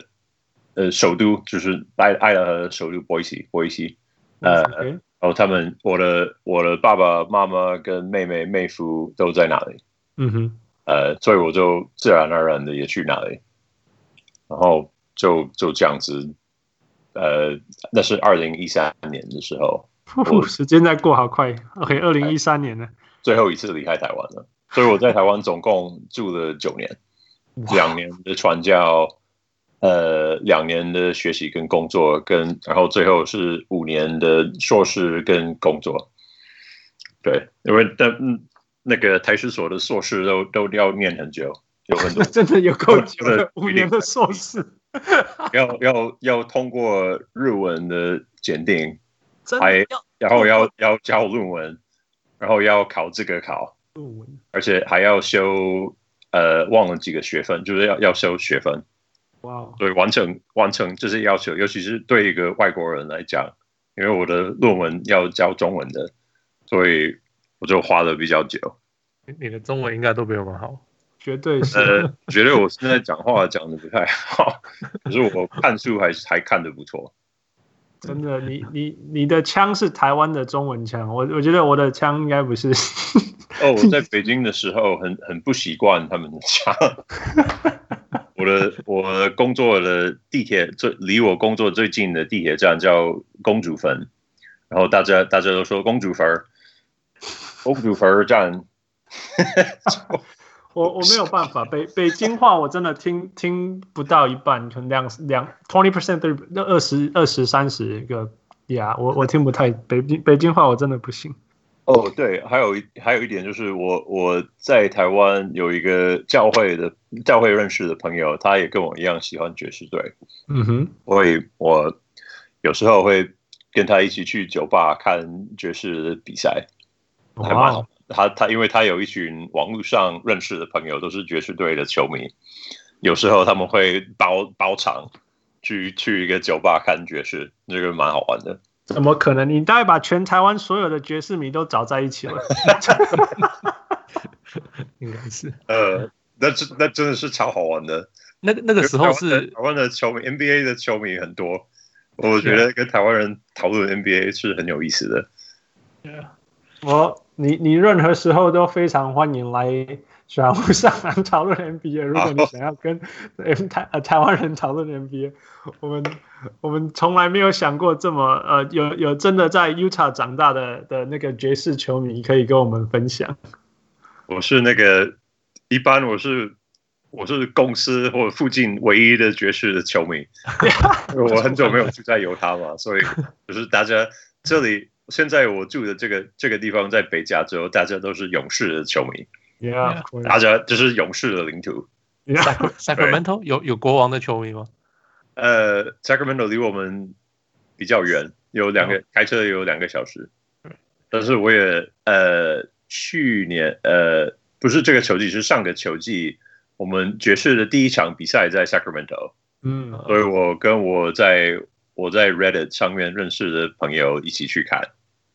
呃首都就是爱爱达荷的首都 Boise Boise。呃
嗯 OK，
然后他们我的我的爸爸妈妈跟妹妹妹夫都在那里。
嗯哼，
呃，所以我就自然而然的也去那里，然后就就这样子，呃，那是二零一三年的时候，
呼呼时间在过好快，OK，二零一三年 了，
最后一次离开台湾了，所以我在台湾总共住了九年，两年的传教，呃，两年的学习跟工作，跟然后最后是五年的硕士跟工作，对，因为但嗯那个台史所的硕士都都要念很久，有很多
那真的有够久
我的
了，五年的硕士，
要要要通过日文的检定，
真
还
的要
然后要要交论文，然后要考这个考，
论文，
而且还要修呃忘了几个学分，就是要要修学分，
哇哦，
所以完成完成这些要求，尤其是对一个外国人来讲，因为我的论文要教中文的，所以我就花了比较久。
你的中文应该都比我们好。
绝对是，
呃，觉得我现在讲话讲的不太好，可是我看书还还看的不错。
真的，你你你的腔是台湾的中文腔，我我觉得我的腔应该不是，
哦，我在北京的时候很很不习惯他们的家。 我的我的工作的地铁最离我工作最近的地铁站叫公主坟，然后大家大家都说公主坟儿，公主坟儿站。
我我没有办法，北北京话我真的听听不到一半，可能两两 twenty percent 对二十二十三十个呀、我我听不太北京北京话，我真的不行。
哦，对，还有一还有一点就是我我在台湾有一个教会的教会认识的朋友，他也跟我一样喜欢爵士队，
嗯哼，
所以我有时候会跟他一起去酒吧看爵士的比赛，还蛮
哇，。
好
哦
他他因为他有一群网络上认识的朋友都是爵士队的球迷，有时候他们会包包场去去一个酒吧看爵士，这个蛮好玩的。
怎么可能？你大概把全台湾所有的爵士迷都找在一起了。
应该是
呃，那真那真的是超好玩的。
那个那个时候是
台湾的球迷，NBA 的球迷很多，我觉得跟台湾人讨论 NBA 是很有意思的。
我你你任何时候都非常欢迎来小红书上来讨论 NBA。如
啊
果你想要跟台呃台湾人讨论 NBA，我们我们从来没有想过这么呃有有真的在 Utah 长大的的那个爵士球迷可以跟我们分享。
我是那个一般我是我是公司或附近唯一的爵士的球迷，我很久没有住在犹他嘛，所以就是大家这里现在我住的这个这个地方在北加州，大家都是勇士的球迷，
Yeah，
Yeah.
大家就是勇士的领土。
yeah.
Sacra- Sacramento 有有国王的球迷吗？
呃，Sacramento 离我们比较远，有两
嗯
个、开车有两个小时。但是我也呃，去年呃，不是这个球季，是上个球季，我们爵士的第一场比赛在 Sacramento，
嗯，
呃
所以我跟我在我在 Reddit 上面认识的朋友一起去看。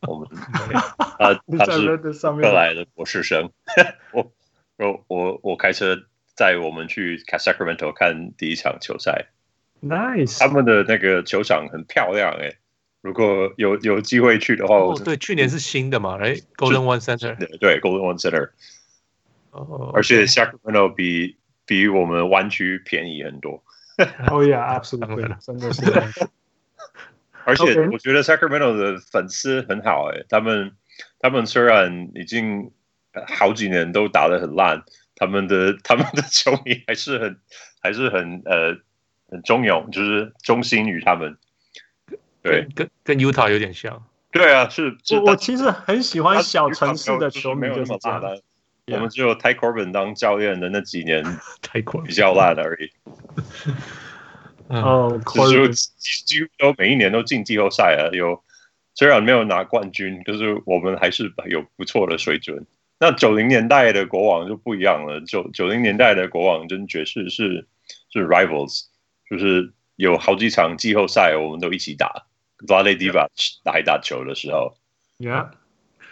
我 们他
你在
他是
Reddit 上
过
面
来的博士生， 我我我我开车载我们去 Sacramento 看第一场球赛。他
，Nice，
们的那个球场很漂亮哎、如果有有机会去的话，我
哦，对，去年是新的嘛，哎，Golden One Center，
对对 Golden One Center，
哦，
而且 Sacramento 比比我们湾区便宜很多，
哦 yeah，absolutely，真的是。
而且
OK
我觉得 Sacramento 的粉丝很好哎、他们他们虽然已经呃好几年都打得很烂，他们的 他们的球迷还是很还是很呃很忠勇，就是忠心于他们。对
跟跟跟 Utah 有点像，
对啊，是是
我我其实很喜欢小城市的球
球
迷
没有
就
那
是
么
这
大
样。
的。我们只有 Ty Corbin 当教练的那几年
太快
比较烂而已，
嗯，
哦，
就是几几乎都每一年都进季后赛啊。有虽然没有拿冠军，可是我们还是有不错的水准。那九零年代的国王就不一样了，九九零年代的国王跟爵士是是 rivals，就是有好几场季后赛我们都一起打。Vlade Divac 打一打球的时候，
Yeah.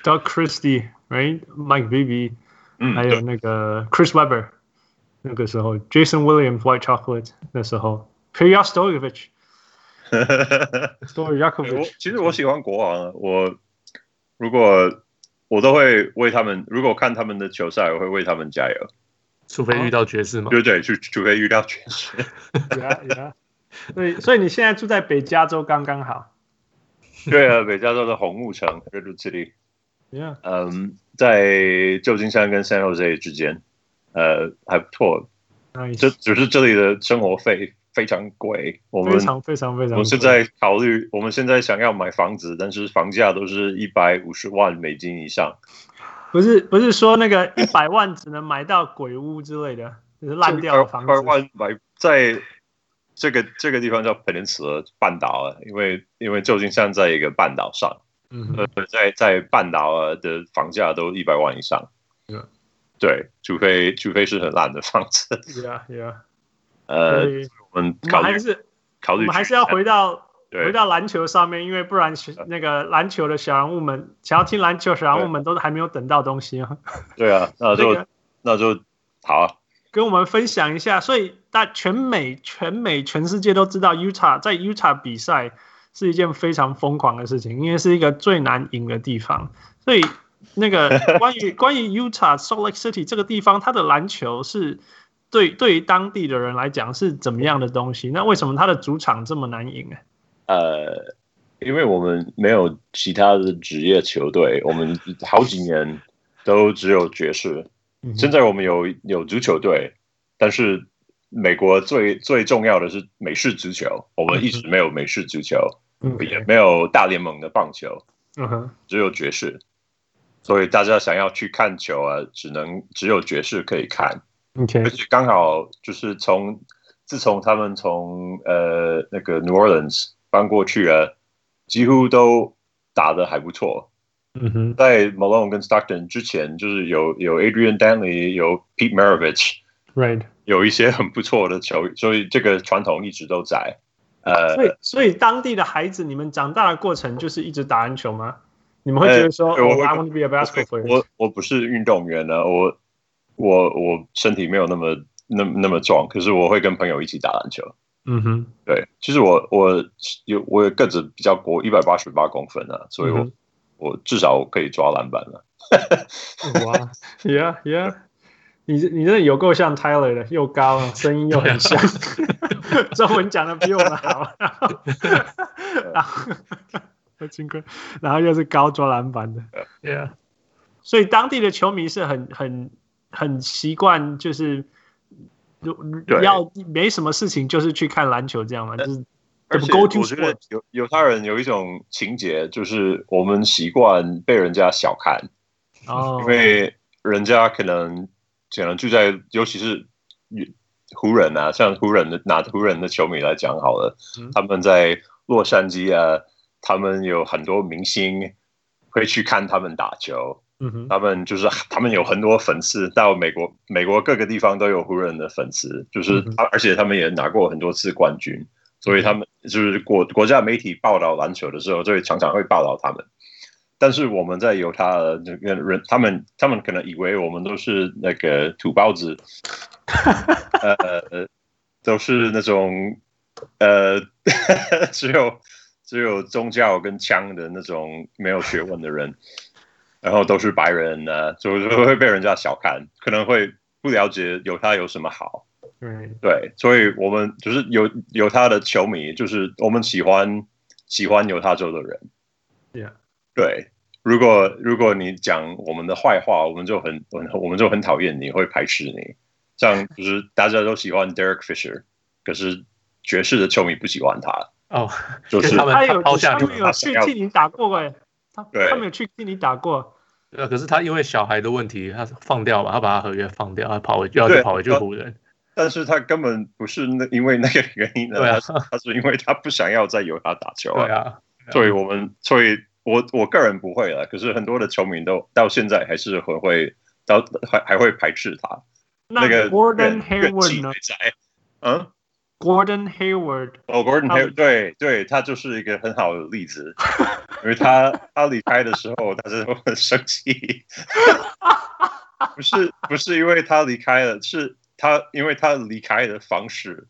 Doug Christie, right? Mike Bibby，、
嗯，
还有那个 Chris Webber，那个时候 Jason Williams, White Chocolate，那时候 p e r y a s t o y e v i c h
对
s t o
对
Yakovic，
我其实我喜欢国王啊，我如果我都会为他们，如果看他们的球赛，我会为他们加油。
除非遇到爵士嘛，
对对，除除非遇到爵士，
Yeah, yeah. 所以，所以你现在住在北加州刚刚好。
对啊，北加州的红木城 （Redwood City），
Yeah，
嗯，在旧金山跟 San Jose 之间，呃，还不错。这
nice，
只是这里的生活费非常贵，我们
非常非常非常。
我们现在考虑，我们现在想要买房子，但是房价都是一百五十万美金以上。
不是不是说那个一百万只能买到鬼屋之类的，就是烂掉的房子
二。万买在这个这个地方叫 peninsula 半岛啊，因为因为旧金山在一个半岛上，
嗯哼，
呃，在在半岛啊的房价都一百万以上。
Yeah
对，除非除非是很烂的房子，
Yeah, yeah.
呃
所，以
我们
我
考
们
虑
还是
考
我
虑
们还是要回到
对呃
回到篮球上面，因为不然那个篮球的小人物们想要听篮球小人物们都还没有等到东西啊。
对啊，那
那
就、
个
那就好啊，
跟我们分享一下，所以大全美全美全世界都知道 Utah 在 Utah 比赛是一件非常疯狂的事情，因为是一个最难赢的地方。所以那 个关于关于 Utah Salt Lake City 这个地方，它的篮球是对对于当地的人来讲是怎么样的东西？那为什么它的主场这么难赢啊呢？
呃。因为我们没有其他的职业球队，我们好几年都只有爵士，
嗯
现在我们有有足球队，但是
嗯
美国最最重要的是美式足球，我们一直没有美式足球。也
OK，
没有大联盟的棒球，
嗯哼，
只有爵士，所以大家想要去看球啊，只能只有爵士可以看，
OK，
而且刚好就是从自从他们从呃那个 New Orleans 搬过去啊，几乎都打得还不错。
嗯哼，
在 Malone 跟 Stockton 之前，就是有有 Adrian Danley，有 Pete Maravich，
，Right。
有一些很不错的球， 所以这个传统一直都在。呃，
所以，所以当地的孩子，你们长大的过程就是一直打篮球吗？你们会觉得说，
呃对我
哦
会
，I want to be a basketball
我
player。
我我不是运动员呢，我我我身体没有那么那那么壮，可是我会跟朋友一起打篮球。
嗯哼，
对，其实我我有我有个子比较高，一百八十八公分啊，所以我、
嗯
我至少我可以抓篮板了。
哇，Yeah Yeah，你这你真的有够像 Tyler 的，又高，啊 声音又很像， 中文讲的比我们 好。啊然后， 金龟，然后又是高抓篮板的，
，Yeah，
所以当地的球迷是很很很习惯，就是如
对
要没什么事情就是去看篮球这样嘛，就是
而
怎
且
么 go to
我觉得
sport？
犹犹太人有一种情节，就是我们习惯被人家小看，
哦
因为人家可能可能就在，尤其是湖人啊，像湖人的拿湖人的球迷来讲好了，
嗯
他们在洛杉矶啊，他们有很多明星会去看他们打球，
嗯哼，
他们就是他们有很多粉丝，到美国美国各个地方都有湖人的粉丝，就是
嗯哼
他，而且他们也拿过很多次冠军，所以他们就是国国家媒体报道篮球的时候，就会常常会报道他们。但是我们在犹他的这个人，他们他们可能以为我们都是那个土 包子，呃，都是那种呃， 只有只有宗教跟枪的那种没有学问的人，然后都是白人呢、就就会被人家小看，可能会不了解犹他有什么好。
对，
对，所以我们就是有有他的球迷，就是我们喜欢喜欢犹他州的人。
Yeah
对，如果如果你讲我们的坏话，我们就很我们我们就很讨厌你，会排斥你。像就是大家都喜欢 Derek Fisher，可是爵士的球迷不喜欢他，
哦，
就是
他们
他有
抛下
他
你
们有去替你打过哎、他
对
他们有去替你打过，
呃，可是他因为小孩的问题，他放掉嘛，他把他合约放掉，他跑回要去
对
跑回去
他
湖人，
但是他根本不是那因为那个原因的，
对啊
他是他是因为他不想要在犹他打球
对啊，
所以
嗯
我们，所以我我个人不会了，可是很多的球迷都到现在还是很会，到还还会排斥他。那个
Gordon
怨怨
Hayward
气
呢
还在，嗯，
？Gordon Hayward
哦，Gordon
他
Hayward，对对，他就是一个很好的例子，因为他他离开的时候，大家都很生气， 不是不是因为他离开了，是他因为他离开的方式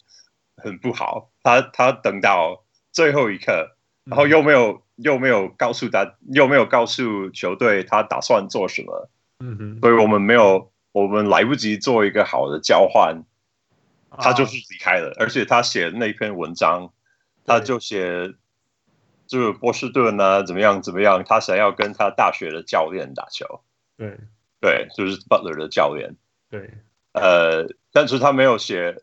很不好，他他等到最后一刻。然后又没有又没有告诉他，又没有告诉球队他打算做什么，
嗯哼，
所以我们没有，我们来不及做一个好的交换，他就
啊
是离开了。而且他写那篇文章，他就写就是波士顿啊，怎么样怎么样，他想要跟他大学的教练打球，
对
对，就是 Butler 的教练，
对，
呃，但是他没有写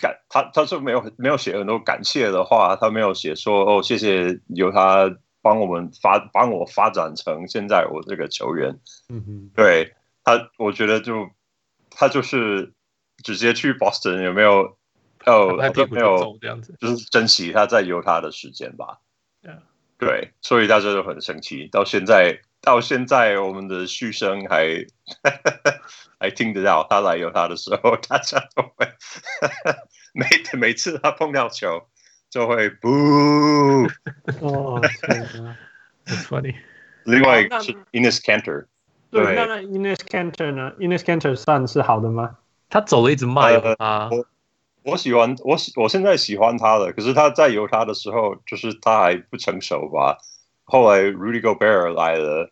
感，他他说没有没有写很多感谢的话，他没有写说哦，谢谢有他帮我们发帮我发展成现在我这个球员。
嗯哼，
对他，我觉得就他就是直接去 Boston 有没有？哦，
拍
好
屁
像
股
没
就
有
走，这样子，
就是珍惜他在犹他的时间吧
Yeah.。
对，所以大家都很生气，到现在到现在，我们的嘘声还 还听得到。他来犹他的时候， 大家都会每每次他碰到球就会不。
哦，天哪
It's funny，
另外一个
那
是 Ines Cantor，
对，
对
那那 Ines Cantor 呢？Ines Cantor 算是好的吗？
他走了一直骂
呃
他，嗯
我我喜欢我喜我现在喜欢他了，可是他在犹他的时候，就是他还不成熟吧。后来 Rudy Gobert 来了，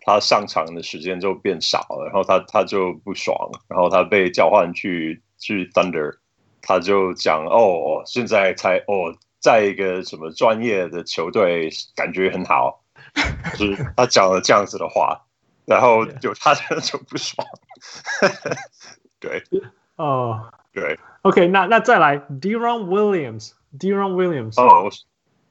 他上场的时间就变少了，然后他他就不爽，然后他被叫唤去去 Thunder，他就讲哦，现在才哦，在一个什么专业的球队感觉很好，就是他讲了这样子的话，然后
Yeah.
有他的就不爽， 对
哦
对。
，OK，那那再来 Deron Williams，Deron Williams，
哦，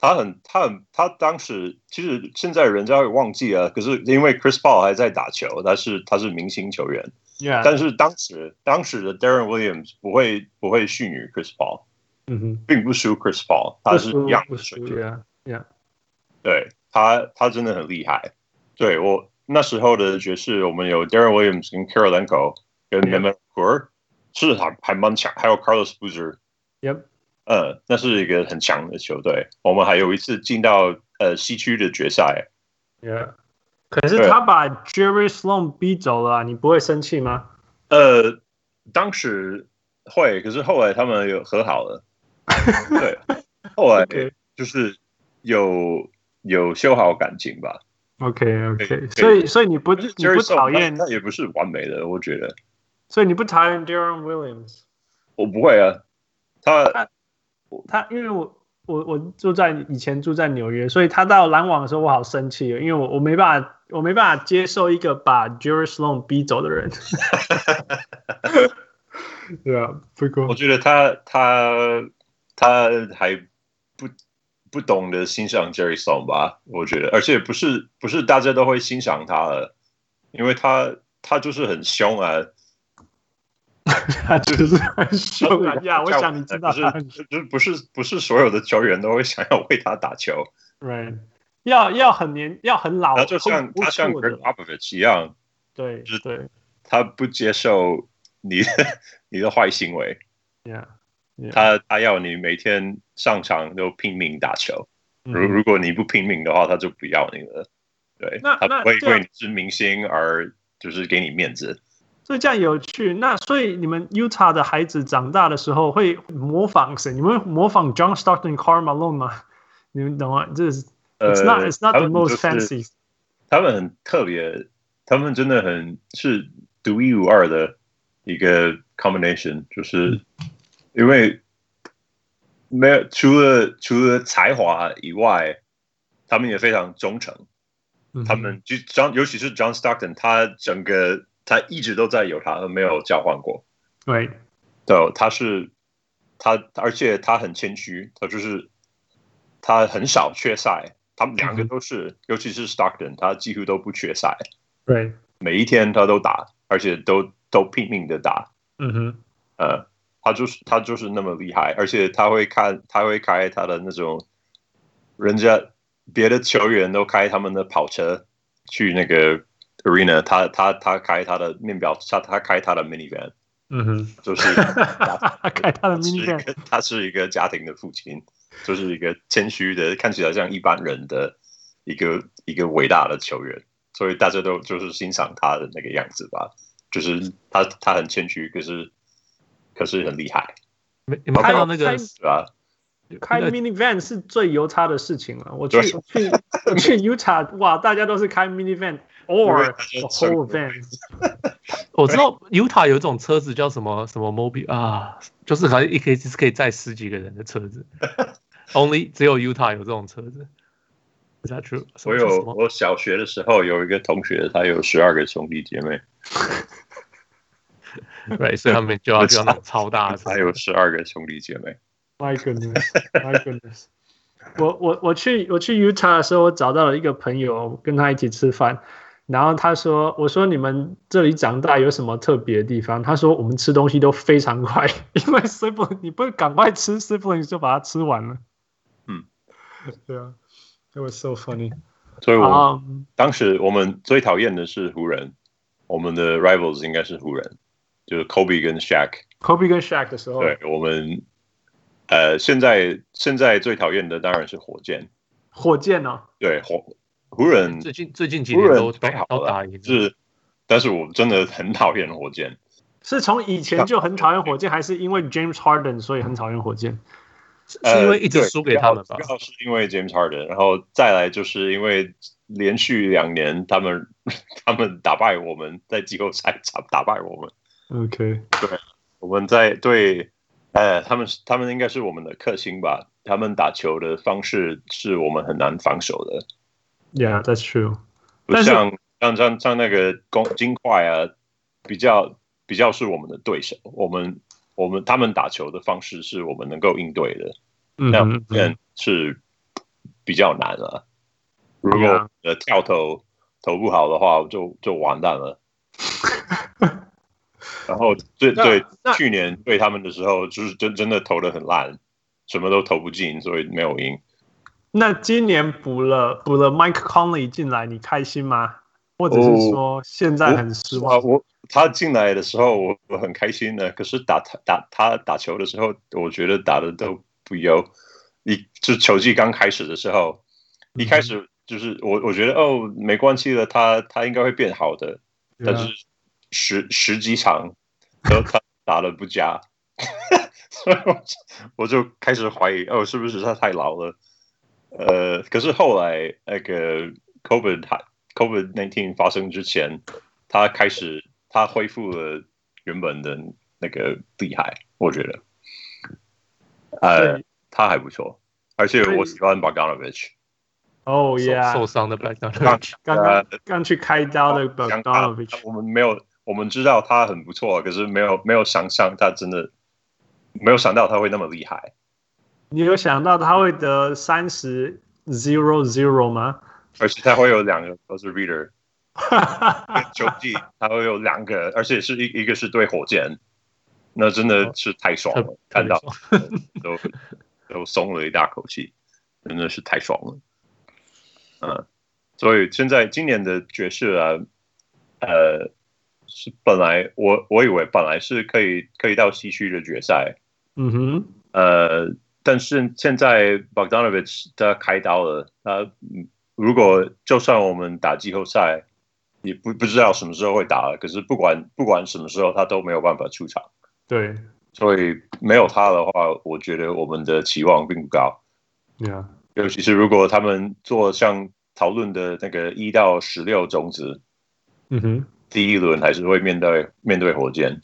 他很他很他当时其实现在人家会忘记啊，可是因为 Chris Paul 还在打球，他是他是明星球员，
，Yeah，
但是当时当时的 Darren Williams 不会不会逊于 Chris Paul，
嗯哼，
并不输 Chris Paul，他是一样的水准。
对啊，
对他，他真的很厉害。对我那时候的爵士，我们有 Darren Williams 跟 Karolenko 跟 m e m e k u r 是还还蛮强，还有 Carlos Boozer，
Yep
呃，那是一个很强的球队。我们还有一次进到呃西区的决赛，
Yeah，
可是他把 Jerry Sloan 逼走了啊，你不会生气吗？
呃，当时会，可是后来他们有和好了，对，后来
OK
就是有有修好感情吧。
OK OK，
对
所以所以你不
可是
你
Jerry
不
Sloan，
讨厌
那，那也不是完美的，我觉得。
所以你不讨厌 Darren Williams，
我不会啊，他
他因为我我我住在以前住在纽约，所以他到篮网的时候我好生气哦，因为我我没办法我没办法接受一个把 Jerry Sloan 逼走的 人。对啊，不
我
过
觉得他他他还不不懂得欣赏 Jerry Song 吧，我觉得，而且不是不是大家都会欣赏他的，因为他他就是很凶啊，
他就是很凶啊呀！我想你知道
不
他
是
很
就是不是不是所有的球员都会想要为他打球，
right，要要很年要很老，
他就像
很不
他像
错
Greg
的
Popovich 一样，
对
就是
对
他不接受你的 你的坏行为，
，yeah，
他他要你每天上场都拼命打球。如
嗯
如果你不拼命的话，他就不要你了。对，
那
他
那
不会
这样
为你是明星而就是给你面子。
所以这样有趣。那所以你们 Utah 的孩子长大的时候会模仿谁？你们会模仿 John Stockton、Karl Malone 吗？你们懂吗？这是
呃
It's not It's not
他
the
们
most
就是
fancy。
他们很特别，他们真的很是独一无二的一个 combination，就是
嗯
因为没有除了除了才华以外，他们也非常忠诚。
嗯
他们就 John，尤其是 John Stockton，他整个他一直都在有他，没有交换过。
对
对，他是他，而且他很谦虚，他就是他很少缺赛，他们两个
嗯哼
都是，尤其是 Stockton，他几乎都不缺赛，
对，
每一天他都打，而且都都拼命的打，
嗯哼，
呃，他就是他就是那么厉害，而且他会看，他会开他的那种，人家别的球员都开他们的跑车去那个 arena，他他他开他的面包，他他开他的 minivan，
嗯哼，
就是。
开他的
是
mini
一
van，
个他是一个家庭的父亲，就是一个谦虚的，看起来像一般人的一个一个伟大的球员，所以大家都就是欣赏他的那个样子吧。就是他他很谦虚，可是可是很厉害，
你们你们看到那
他
个
有
对吧？
开
那个
mini van 是最犹他的事情了。我去
对
我去我去 Utah，哇，大家都是开 mini van or
对他就
the whole van。
我知道 Utah 有一种车子叫什么什么 Mobi 啊，就是好像一可以是可以载十几个人的车 子，Only 只有 Utah 有这种车子。Is that true？什
我
么叫
有
什么
我小学的时候有一个同学，他有十二个兄弟姐妹，
对，所以他们就要就要拿超大的车
他。有十二个兄弟姐妹。
My goodness, my goodness！我我我去我去 Utah 的时候，我找到了一个朋友，跟他一起吃饭，然后他说：“我说你们这里长大有什么特别的地方？”他说：“我们吃东西都非常快， 因为 sibling 你不赶快吃 sibling 就把它吃完了。”
嗯，
对啊，It was so funny。
所以我、
啊，
当时我们最讨厌的是湖人，我们的 rivals 应该是湖人，就是 Kobe 跟 Shaq。
Kobe 跟 Shaq 的时
嗯
候，
对我们，呃，现在现在最讨厌的当然是火箭，
火箭哦，
对火湖人
最近最近几
湖
年
人
都都
太好
都打
了
赢，了，
是，但是我真的很讨厌火箭，
是从以
啊
前就很讨厌火箭，还是因为 James Harden 所以很讨厌火箭？
是
呃
因为一直
对
输给他们吧
主？要是因为 James Harden，然后再来就是因为连续两年他们他们打败我们在季后赛打打败我们，
OK，
我们在对，呃，他们是他们应该是我们的克星吧。他们打球的方式是我们很难防守的，
Yeah, that's true.
不
但是
像像像像那个公金块啊，比较比较是我们的对手。我们我们他们打球的方式是我们能够应对的，
嗯
那
哼
我们是比较难了。如果呃跳投投不好的话，就就完蛋 了。然后对
那
对
那，
去年对他们的时候，就是真真的投的很烂，什么都投不进，所以没有赢。
那今年补了补了 Mike Conley 进来，你开心吗？或者是说现在很失
哇，
望？
啊我他进来的时候我我很开心的，可是打他打他打球的时候，我觉得打的都不优。一就球季刚开始的时候，一开始就是我我觉得哦没关系的，他他应该会变好的，但是十十几场都他打的不佳， 所以我就我就开始怀疑哦是不是他太老了。呃，可是后来那个 COVID 还 COVID nineteen 发生之前，他开始他恢复了原本的那个厉害，我觉得，呃
对，
他还不错，而且
所以
我喜欢 Bogdanovich，
哦
受
呀，
受伤的 b l a c k
让
d
刚刚
呃
刚去开刀的
想他
Bogdanovich，
我们没有，我们知道他很不错，可是没有没有想象他真的没有想到他会那么厉害，
你有想到他会得三十 zero zero 吗？
而且他会有两个都是 Reader 球季，他会有两个，而且是一一个是对火箭，那真
哦
的是太爽了，看到。都都松了一大口气，真的是太爽了。嗯，所以现在今年的爵士啊，呃，是本来我我以为本来是可以可以到西区的决赛，
嗯哼，
呃，但是现在 Bogdanovich 他开刀了，他嗯如果就算我们打季后赛，也不不知道什么时候会打了，可是不管不管什么时候，他都没有办法出场。
对
所以没有他的话，我觉得我们的期望并不高。
，Yeah，
尤其是如果他们做像讨论的那个一到十六种子，
嗯哼，
第一轮还是会面对面对火 箭。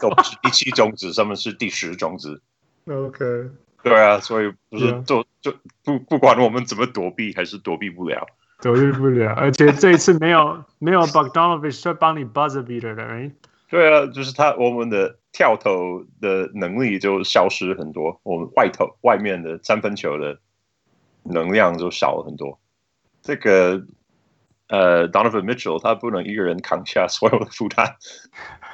都不是第七种子，他们是第十种子。
OK，
对啊，所以不是
Yeah.
就就不不管我们怎么躲避，还是躲避不了。
得遇不了，而且这一次没有没有 Bogdanovich 会帮你 buzzer beater 的，right？
对啊，就是他我们的跳投的能力就消失很多，我们外投外面的三分球的能量就少了很多。这个呃，Donovan Mitchell 他不能一个人扛下所有的 负担，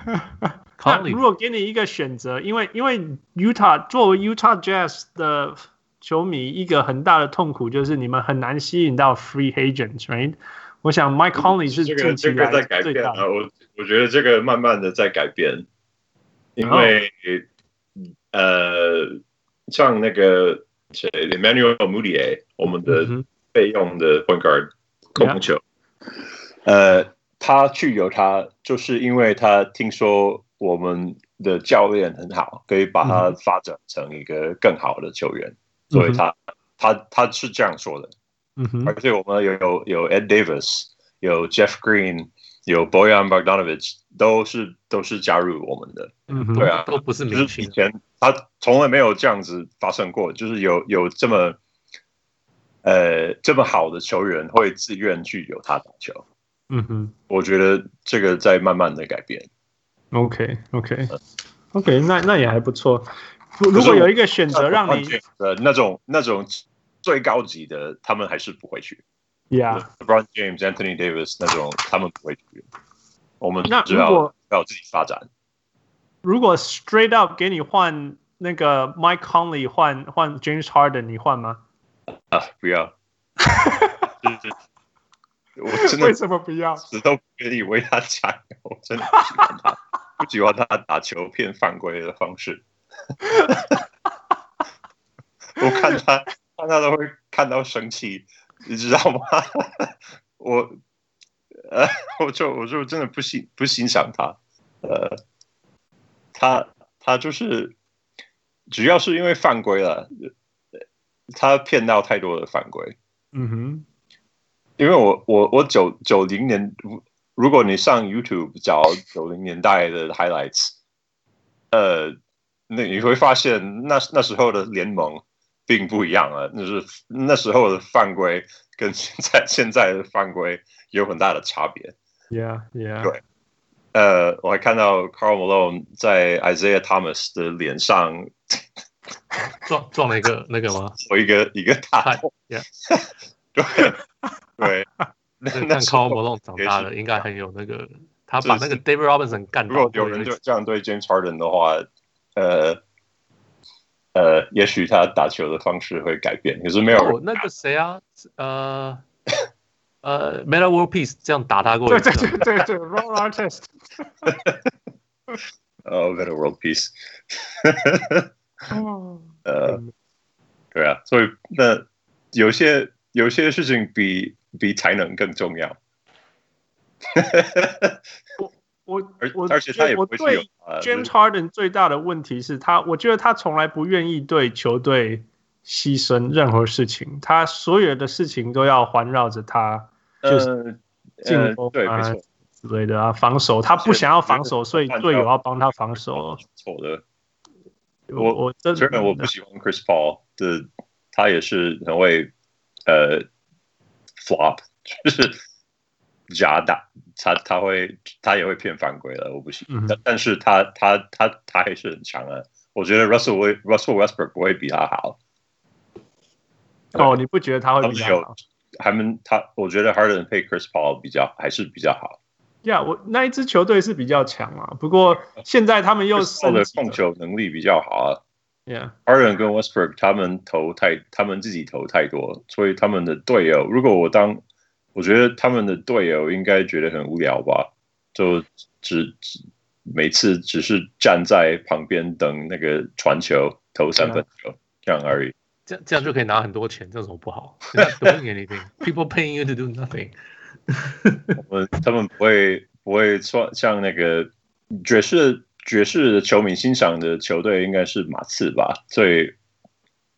哎那
Conley
如果给你一个选择，因为因为 Utah 作为 Utah Jazz 的球迷，一个很大的痛苦就是你们很难吸引到 free agents，right？我想 Mike Conley 是
这个
近期
这个
来
在改
最
变
大的
啊，我我觉得这个慢慢的在改变，因为、
哦
呃，像那个谁 Emmanuel Mudiay，我们的
嗯哼
备用的 point guard 控
Yeah
球呃，他去犹他就是因为他听说我们的教练很好，可以把他发展成一个更好的球员，所以他他他是这样说的。
嗯哼，
而且我们有有有 Ed Davis，有 Jeff Green，有 Boyan Bogdanovich，都是都是加入我们的。
嗯哼，
对啊
都不是
就
明
是以
星，
前他从来没有这样子发生过，就是有有这么呃这么好的球员会自愿去由他打球。
嗯哼
我觉得这个在慢慢的改变。
，OK OK OK，那那也还不错。如如果有一个选择让你
呃那种那种最高级的，他们还是不会去。
，Yeah，
LeBron James、Anthony Davis 那种，他们不会去。我们
那
只
如果
好要自己发展。
如果 straight up 给你换那个 Mike Conley 换换 James Harden，你换吗？
啊，不要！ 就是我真 的
为什么不要？
死都不愿意为他加油，我真的不喜欢他， 不喜欢他打球骗犯规的方式。 我看他看他都会看到生气，你知道吗？我呃，我就我就真的不欣不欣赏他，呃，他他就是只要是因为犯规了，呃他骗到太多的犯规，
嗯哼，
因为我我我九九零年，如如果你上 YouTube 找九零年代的 highlights，呃，那你会发现那那时候的联盟并不一样啊，那是那时候的犯规跟现在现在的犯规有很大的差别。
Yeah, yeah.
对呃，我还看到 Carl Malone 在 Isaiah Thomas 的脸上
撞撞了一个那个吗？
我一个一个大
太
洞，
，yeah
对对， 那
那
那
看
时
Carl
候
Malone 长大
也
了，
许
应该很有那个，他
是
把那个 David Robinson 干
如
倒
果，有
我以
人
为
对这样对 James Harden 的话，呃呃，也许他打球的方式会改变，可是没有人
哦，那个谁啊，呃呃，Metal World Peace 这样打他过
对
一次
对
啊，
对对对，Roll Artist，
呃 v e t a World Peace，
哦，
呃，对啊，所以那有些有些事情比比才能更重要，
我
而
我
而且他也
我
不会是有
对
呃
James Harden 最大的问题是他，我觉得他从来不愿意对球队牺牲任何事情，他所有的事情都要环绕着他就是
呃
进
呃
攻
对，
啊
没错，
之类的啊，防守他不想要防守，所以队友要帮他防守。
错的。
我我真
虽然我不喜欢 Chris Paul 的，他也是很会呃 flop，就是假打，他他会他也会骗犯规了，我不行。
嗯
但但是他他他他还是很强啊，我觉得 Russell Wi- Russell Westbrook 不会比他好，
哦，你不觉得他会比较好？
他们他我觉得 Harden 配 Chris Paul 比较还是比较好。
呀我那一支球队是比较强嘛，不过现在他们又
Chris Paul
升
的
级
控
了。
球能力比较好啊，
Yeah，
Arden 跟 Westbrook 他们投太，他们自己投太多，所以他们的队友，如果我当，我觉得他们的队友应该觉得很无聊吧，就只只每次只是站在旁边等那个传球投三分球、这样而已。
这样这样就可以拿很多钱，这有什么不好 You're not？Doing anything, people paying you to do nothing。
我们他们不会不会算像那个爵士爵士的球迷欣赏的球队应该是马刺吧，所以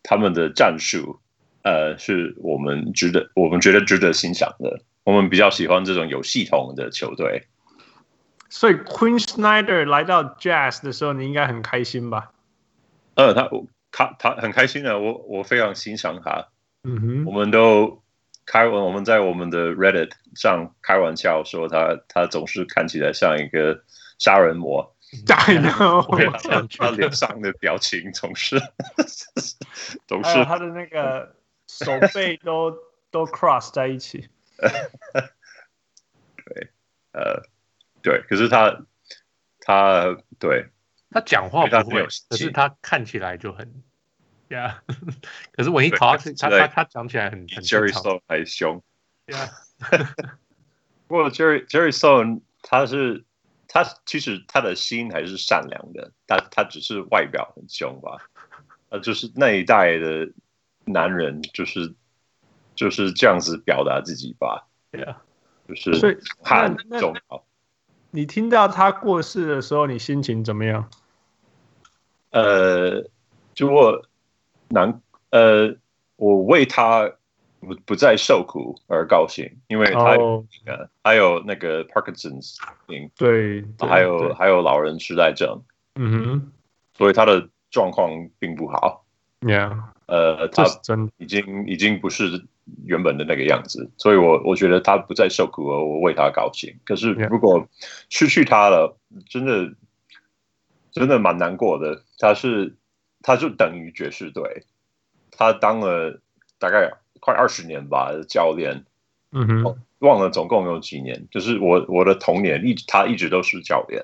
他们的战术呃是我们值得我们觉得值得欣赏的。我们比较喜欢这种有系统的球队，
所以 Queen Snyder 来到 Jazz 的时候，你应该很开心吧？
呃，他我他他很开心的，我我非常欣赏他。
嗯哼
我，们都开玩，我们在我们的 Reddit 上开玩笑说他他总是看起来像一个杀人魔，
I know
我也这
他
样觉
啊他
得
脸。上的表情总是 总
还有
是
呃他的那个手背都 都 cross 在一起。
呃，对，可是他他对
他讲话
他
不
没
会
有信，
可是
心
他看起来就很，Yeah 。 可是 when he
对
talks，他
对
他他讲起来很
比
很
Jerry
正常
Stone 还凶。
啊
，Yeah。
不过 Jerry Jerry Stone 他是他其实他的心还是善良的，他他只是外表很凶吧。呃，就是那一代的男人就是就是这样子表达自己吧，
Yeah，
就是
啊所以那
很
那
重要。
你听到他过世的时候，你心情怎么样？
呃，如果难呃，我为他不不再受苦而高兴，因为他有、
哦，
呃还有那个 Parkinson's 病，
对，对
还有
对
还有老人痴呆症，
嗯
所以他的状况并不好。
哼，Yeah，
呃，他
这是真的。
已经已经不是原本的那个样子，所以我我觉得他不再受苦了，我为他高兴。可是
Yeah.
如果失去他了，真的真的蛮难过的。他是他就等于爵士队，他当了大概快二十年吧的教练，
嗯哼，
哦
忘了总共有几年。就是我我的童年一直他一直都是教练，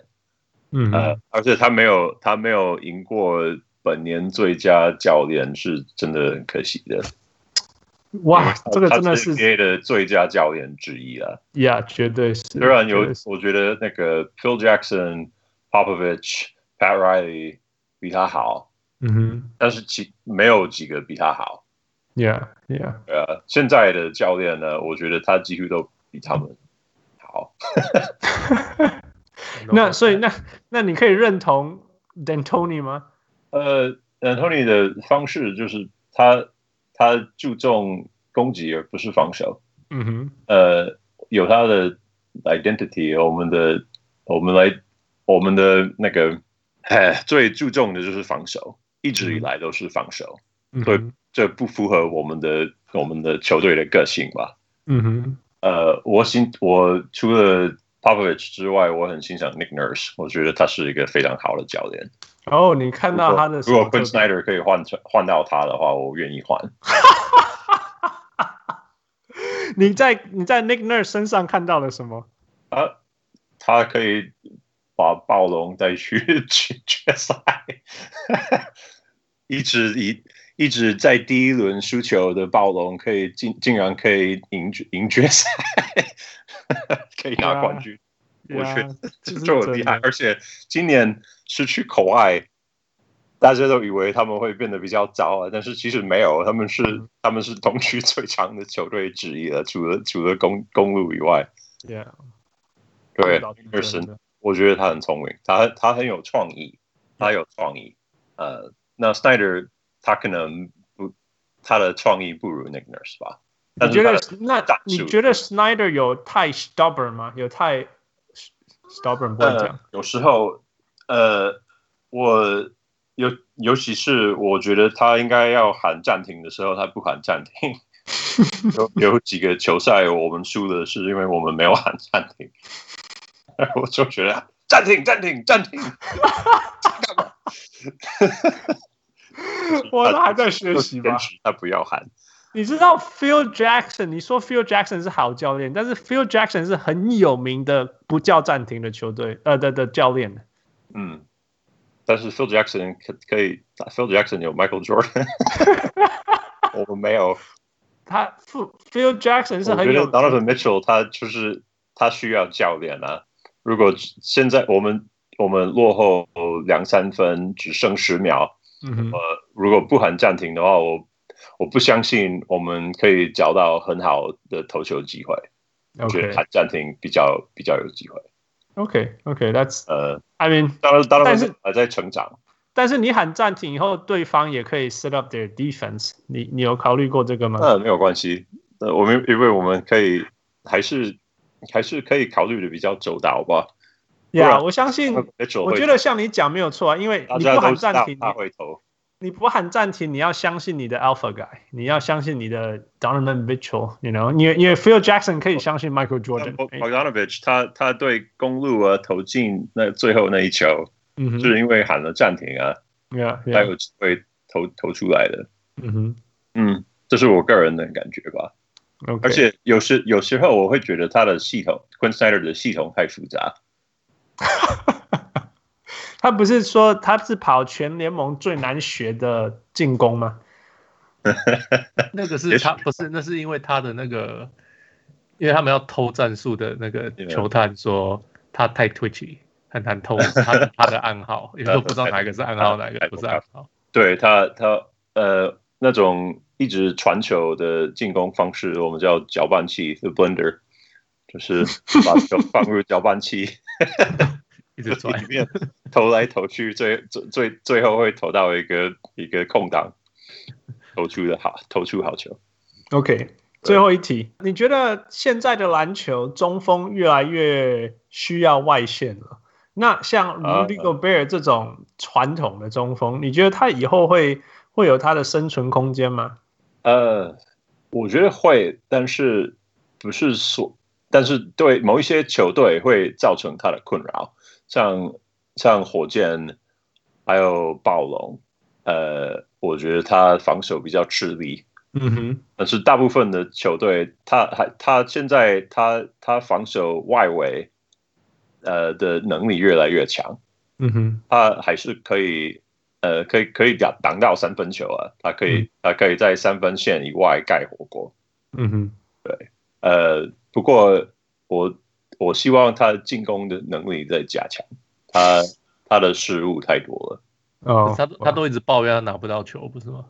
嗯
呃
哼，，
而且他没有他没有赢过本年最佳教练，是真的很可惜的。
哇，这个真的
他
是
NBA 的最佳教练之一啊。
呀，绝对是。
虽然有
绝对是，
我觉得那个 Phil Jackson、Popovich、Pat Riley 比他好，
嗯哼
但是其没有几个比他好。
，Yeah，Yeah，
呃，现在的教练呢，我觉得他几乎都比他们好。
那所以那那你可以认同 D'Antoni 吗？
呃，Anthony 的方式就是他他注重攻击而不是防守。
嗯哼，
呃，有他的 identity，我们的我们来我们的那个，哎，最注重的就是防守，一直以来都是防守，
嗯哼
对，这不符合我们的我们的球队的个性吧？
嗯哼，
呃，我心我除了 Popovich 之外，我很欣赏 Nick Nurse，我觉得他是一个非常好的教练。
哦，你看到他的
如果 Quinn
什么
Snyder 可以换成换到他的话，我愿意换。
你在你在 Nick Nurse 身上看到了什么？
他他可以把暴龙带去 去决赛，一直一一直在第一轮输球的暴龙，可以竟竟然可以赢赢决赛， 可以拿冠军，我觉
得
这就很厉害。而且今年失去口爱，大家都以为他们会变得比较糟啊，但是其实没有，他们是他们是东区最强的球队之一了，除了除了公公路以外，
Yeah，
对
老师真的
，Anderson 我觉得他很聪明，他他很有创意，他有创意。呃，那 Snyder 他可能不，他的创意不如 Nick Nurse 吧？
你
但
觉
是他
得
的
那
战术
你觉得 Snyder 有太 stubborn 吗？有太 stubborn 不能
呃
讲，
有时候呃，我尤尤其是我觉得他应该要喊暂停的时候，他不喊暂 停。有有几个球赛我们输的是因为我们没有喊暂停， 我就觉得暂停暂停暂停，呃
我都还在学习吧
坚。持他不要喊。
你知道 Phil Jackson？你说 Phil Jackson 是好教练，但是 Phil Jackson 是很有名的不叫暂停的球队呃的的教练。
嗯，但是 Phil Jackson 可可以，Phil Jackson 有 Michael Jordan，我们没有。
他 Phil Phil Jackson 是
我
很
觉得
有
Donovan Mitchell 他就是他需要教练啊。如果现在我们我们落后两三分，只剩十秒，
嗯哼
呃，如果不喊暂停的话，我我不相信我们可以找到很好的投球机会。我觉得
，OK
喊暂停比较比较有机会。
OK OK，That's
呃，
I mean，
当然，当然
但是
还在成长。
但是你喊暂停以后，对方也可以 set up their defense 你。你有考虑过这个吗？
那没有关系，呃，我们因为我们可以还是还是可以考虑的比较周到吧。
呀、
对
我相信，
Mitchell
我
会
觉得像你讲没有错啊，因为
大
你不
家都
喊
知道
暂停，
他
你
会投，
你不喊暂停，你要相信你的 Alpha Guy，你要相信你的 Donovan Mitchell，you know，因为因为 Phil Jackson 可以相信 Michael
但
Jordan，
Bo-
哎
Bogdanovich 他他对公路啊投进那最后那一球，
嗯
就是因为喊了暂停啊，
哼，yeah yeah，
才有机会投投出来的。
嗯哼
嗯，这是我个人的感觉吧。
，OK，
而且有时有时候我会觉得他的系统 Quinn Snyder 的系统太复杂，
他不是说他是跑全联盟最难学的进攻吗？
那个
也
是
许
他不是，那是因为他的那个，因为他们要偷战术的那个
Yeah.
球探说他太 twitchy，很难偷他的他的暗号，也就是说不知道哪一个是暗号，哪一个不是暗号。
对他他呃那种一直传球的进攻方式，我们叫搅拌器 （the blender），就是把球放入搅拌器
一直
里
转，
面，投来投去，最最最最后会投到一个一个空档，投出的好，投出好球。
OK，最后一题，你觉得现在的篮球中锋越来越需要外线了？那像
啊
Rudy Gobert 这种传统的中锋，你觉得他以后会会有他的生存空间吗？
呃，我觉得会，但是不是说，但是对某一些球队会造成他的困扰，像像火箭，还有暴龙，呃，我觉得他防守比较吃力，
嗯哼，
但是大部分的球队，他还他现在他他防守外围，呃的能力越来越强，
嗯哼，
他还是可以，呃，可以可以挡挡到三分球啊，他可以他可以在三分线以外盖火锅。
嗯哼，
呃，不过我我希望他进攻的能力在加强，他他的失误太多了。
哦，
他他都一直抱怨他拿不到球，不是吗？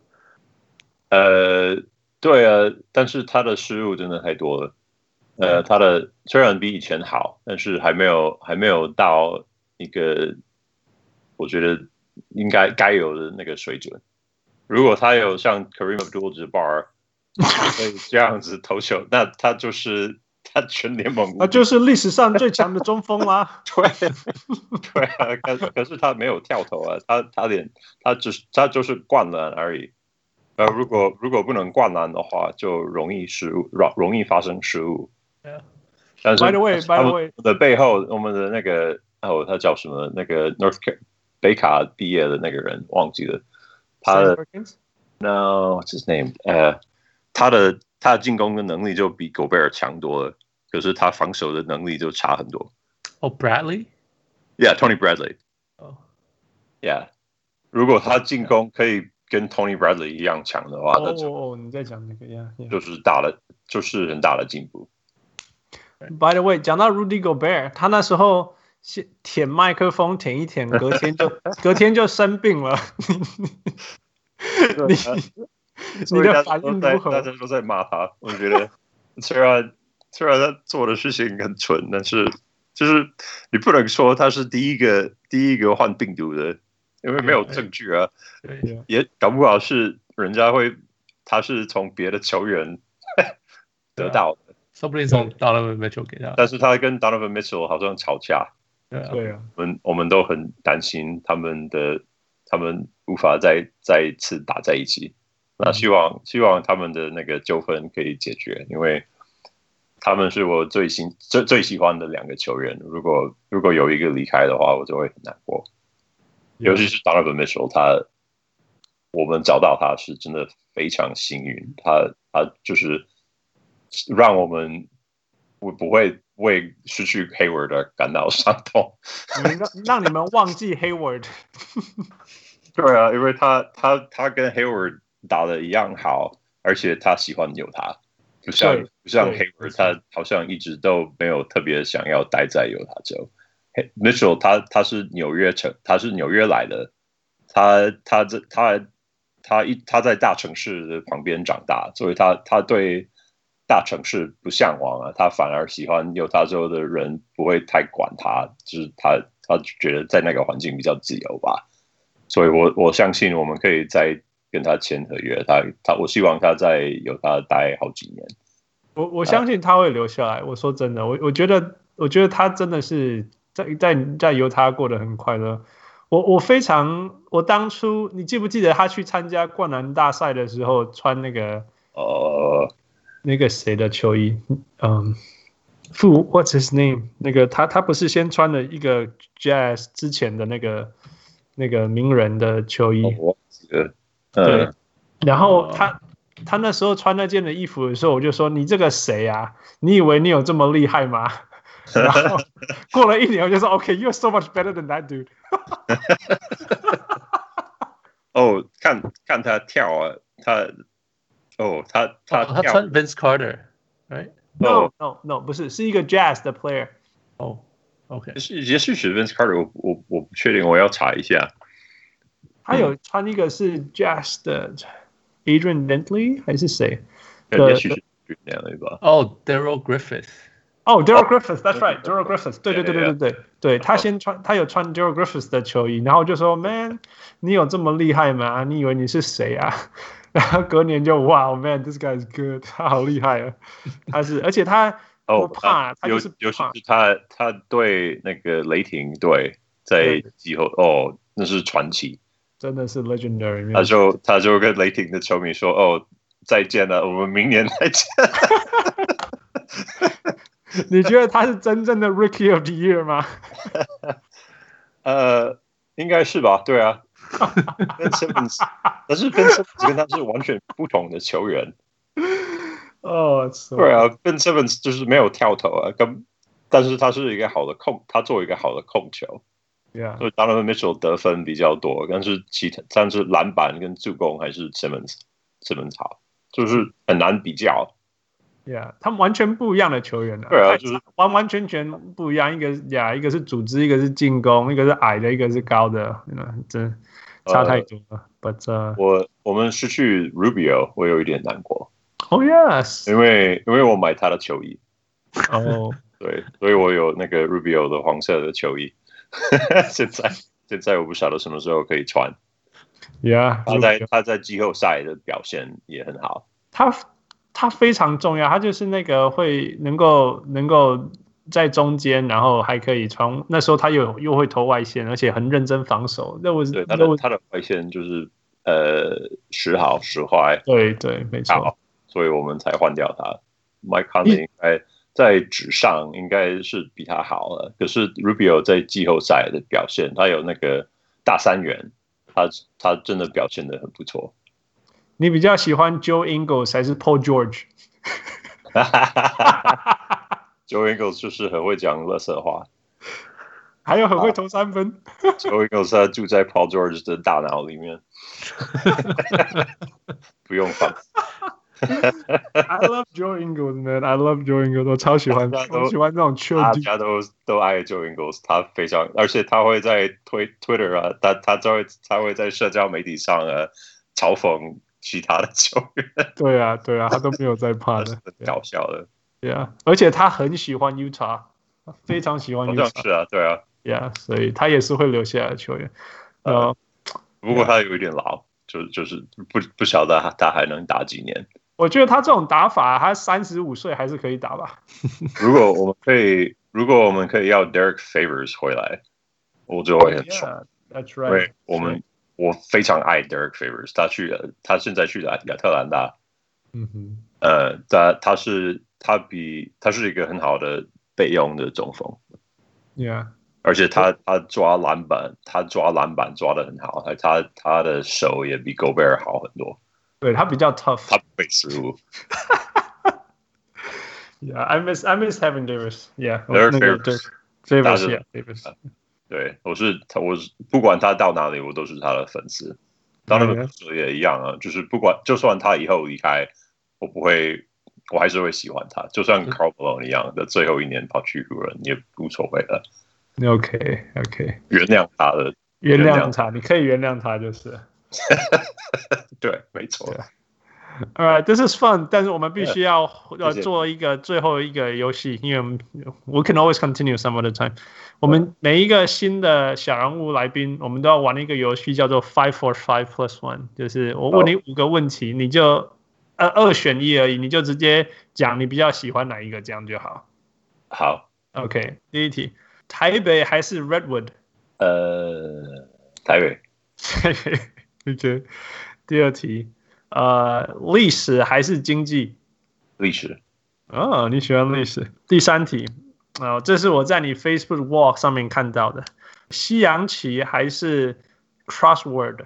呃，对啊，但是他的失误真的太多了。呃，他的虽然比以前好，但是还没有还没有到一个我觉得应该该有的那个水准。如果他有像 Kareem Abdul-Jabbar 可以这样子投球，那他就是他全联盟无敌
那啊就是历史上最强的中锋啦。
对， 对啊，可可是他没有跳投啊，他他连他只是他就是灌篮而已。呃，如果如果不能灌篮的话，就容易失误，容容易发生失误。但是
啊 By the way, by
他
the
们
way，
的背后，我们的那个哦，他叫什么？那个 North Car 北卡毕业的那个人忘记了，他
Sam
的
Perkins？
No, what's his name？呃，他的他的进攻的能力就比狗贝尔强多了，可是他防守的能力就差很多。
哦，Bradley，
Yeah, Tony Bradley.
哦，
Yeah，如果他进攻可以跟 Tony Bradley 一样强的话，那
哦
就
哦哦，你在讲那个呀？Yeah, yeah.
就是大的，就是很大的进步。
By the way，讲到 Rudy Gobert，他那时候先舔麦克风舔一舔，隔天就隔天就生病了。 你你
所以大
的
家
反
都
应
在
如
大
何？
家都在骂他。我觉得 虽然虽然他做的事情很蠢，但是就是你不能说他是第一个第一个患病毒的，因为没有证据啊。
对，
也搞不好是人家会，他是从别的球员 得到的，
说不定从 Donovan Mitchell 给他，
但是他跟 Donovan Mitchell 好像吵架，
对啊，
对啊，
我们我们都很担心他们的，他们无法再再一次打在一起。那希望希望他们的那个纠纷可以解决，因为他们是我最喜最最喜欢的两个球员。如果如果有一个离开的话，我就会很难过。尤其是 Donovan Mitchell，他我们找到他是真的非常幸运，他他就是让我们我不会为失去 Hayward 而感到伤痛。
你让让你们忘记 Hayward。
对啊，因为他他他跟 Hayward 打的一样好，而且他喜欢有他，不像
对
不像
对没
Hayward，
错
他好像一直都没有特别想要待在犹他州。Hey, Mitchell 他他是纽约城，他是纽约来的，他他这他他一他在大城市的旁边长大，所以他他对大城市不向往啊，他反而喜欢犹他州的人不会太管他，就是他他觉得在那个环境比较自由吧。所以我我相信我们可以再跟他签合约，他他我希望他在犹他待好几年。
我我相信他会留下来。我说真的，我我觉得，我觉得他真的是在在在犹他过得很快乐。我我非常，我当初你记不记得他去参加灌篮大赛的时候穿那个
呃，
那个谁的球衣？嗯，傅 What's his name？那个他他不是先穿了一个 Jazz 之前的那个那个名人的球衣？
哦我忘记了，
嗯对
嗯，
然后
哦
他、他那时候穿那件的衣服的时候，我就说：“你这个谁啊？你以为你有这么厉害吗？” 然后过了一年，我就说：“OK，you're、so much better than that dude。
哦，看看他跳啊，他哦，他他
哦他
跳，
穿 Vince Carter，right？
哦
No, no, no，不是，是一个 jazz 的 player。
哦，OK，
也是也是许 Vince Carter，我我我不确定，我要查一下。
他有穿一个是 jazz 的 Adrian Bentley 还是谁？对
也许是那样的吧。
哦，Daryl Griffith，
哦、d a r y l Griffith，that's right，Daryl Griffith。对对对对
Oh. Yeah,
对对，对他先穿，他有穿 Daryl Griffith 的球衣，然后我就说：“Man，你有这么厉害吗？你以为你是谁啊？” 然后隔年就哇、w m a n t h i s guy is good，他 好厉害 啊！他是，而且他
哦
不，怕，他
尤
就是
尤
不
其
怕。
是他他对那个雷霆队在
对
季后哦，那是传奇。
真的是 legendary，没有
他就他就跟雷霆的球迷说：“哦，再见了，我们明年再见。
你觉得他是真正的 Rookie of the Year 吗？”
呃，应该是吧？对啊 ，Ben Simmons，但是 Ben Simmons 跟他是完全不同的球员。
哦，
对啊，Ben Simmons 就是没有跳投啊，跟但是他是一个好的控，他做一个好的控球，
，Yeah，
所以 Donovan Mitchell 得分比较多，但是其他但是篮板跟助攻还是 Simmons Simmons 好，就是很难比较。
Yeah，他们完全不一样的球员啊，
对啊
太
就是
完完全全不一样。一个是呀，一个是组织，一个是进攻，一个是矮的，一个是高的，嗯，真
呃
差太多了。But 呃、
我我们失去 Rubio，我有一点难过，
oh yes，
因为因为我买他的球衣，
哦，
对，所以我有那个 Rubio 的黄色的球衣， 现在现在我不晓得什么时候可以穿。
yeah，
他在
Rubio
他在季后赛的表现也很好，
他他非常重要，他就是那个会能够能够在中间，然后还可以传。那时候他又又会投外线，而且很认真防守。那我
对
那
他的
我
他的外线就是呃时好时坏
对对，没错。
好，所以我们才换掉他。Mike Conley 应该在纸上应该是比他好了。可是 Rubio 在季后赛的表现，他有那个大三元，他他真的表现的很不错。
你比较喜欢 Joe Ingles 还是 Paul George？
Joe Ingles 就是很会讲垃圾话。
还有很会投三分。
Joe Ingles 他住在 Paul George 的大脑里面，不用放。
I love Joe Ingles, man. I love Joe Ingles. 我超 喜欢，
大家都
我喜欢这种 chill
大
dude
家都都爱 Joe Ingles，他非常，而且他会在推 Twitter 啊，他他在他会在社交媒体上啊嘲讽其他的球员，
对啊，对啊，他都没有在怕
他是
的。啊
很搞笑的。
对啊，而且他很喜欢 Utah，他非常喜欢
好像
Utah。
是啊，对啊，
Yeah，所以他也是会留下来的球员。呃，
不过他有一点老，就就是不不晓得他他还能打几年。
我觉得他这种打法，他三十五岁还是可以打吧。
如果我们可以，如果我们可以要 Derek Favors 回来，我就
哦
会很爽。
Yeah，that's
因为
right。
我们我非常爱 Derek Favors，他去了，他现在去了亚特兰大，
嗯哼，
呃，他他是他比他是一个很好的备用的中锋，
Yeah，
而且他他抓篮板，他抓篮板抓的很好，他他他的手也比 Gobert 好很多，
对他比较 tough。
他不会失误。
Yeah，I miss I miss having Davis。Yeah，
Derek
那个
Favors
Davis，
但是
yeah，Davis。
对，我是他，我是不管他到哪里，我都是他的粉丝。当然，也一样啊，就是不管，就算他以后离开，我不会，我还是会喜欢他。就算 Carl Malone 一样的最后一年跑去湖人也无所谓了，
OK OK，
原谅他的。
原
原
谅
谅
他，你可以原谅他就是。
对，没错
对，All right, this is fun. 但是我们必须要呃
谢谢
做一个最后一个游戏，因为我们 we can always continue some other time。我们每一个新的小人物来宾，我们都要玩一个游戏，叫做 Five for Five Plus One，就是我问你五个问题，你就呃二选一而已，你就直接讲你比较喜欢哪一个，这样就好。
好，
OK，第一题，台北还是 Redwood？
呃，台北
OK，第二题，呃，历史还是经济？
历史，
哦，你喜欢历史。第三题，啊、这是我在你 Facebook Wall 上面看到的，西洋棋还是 crossword？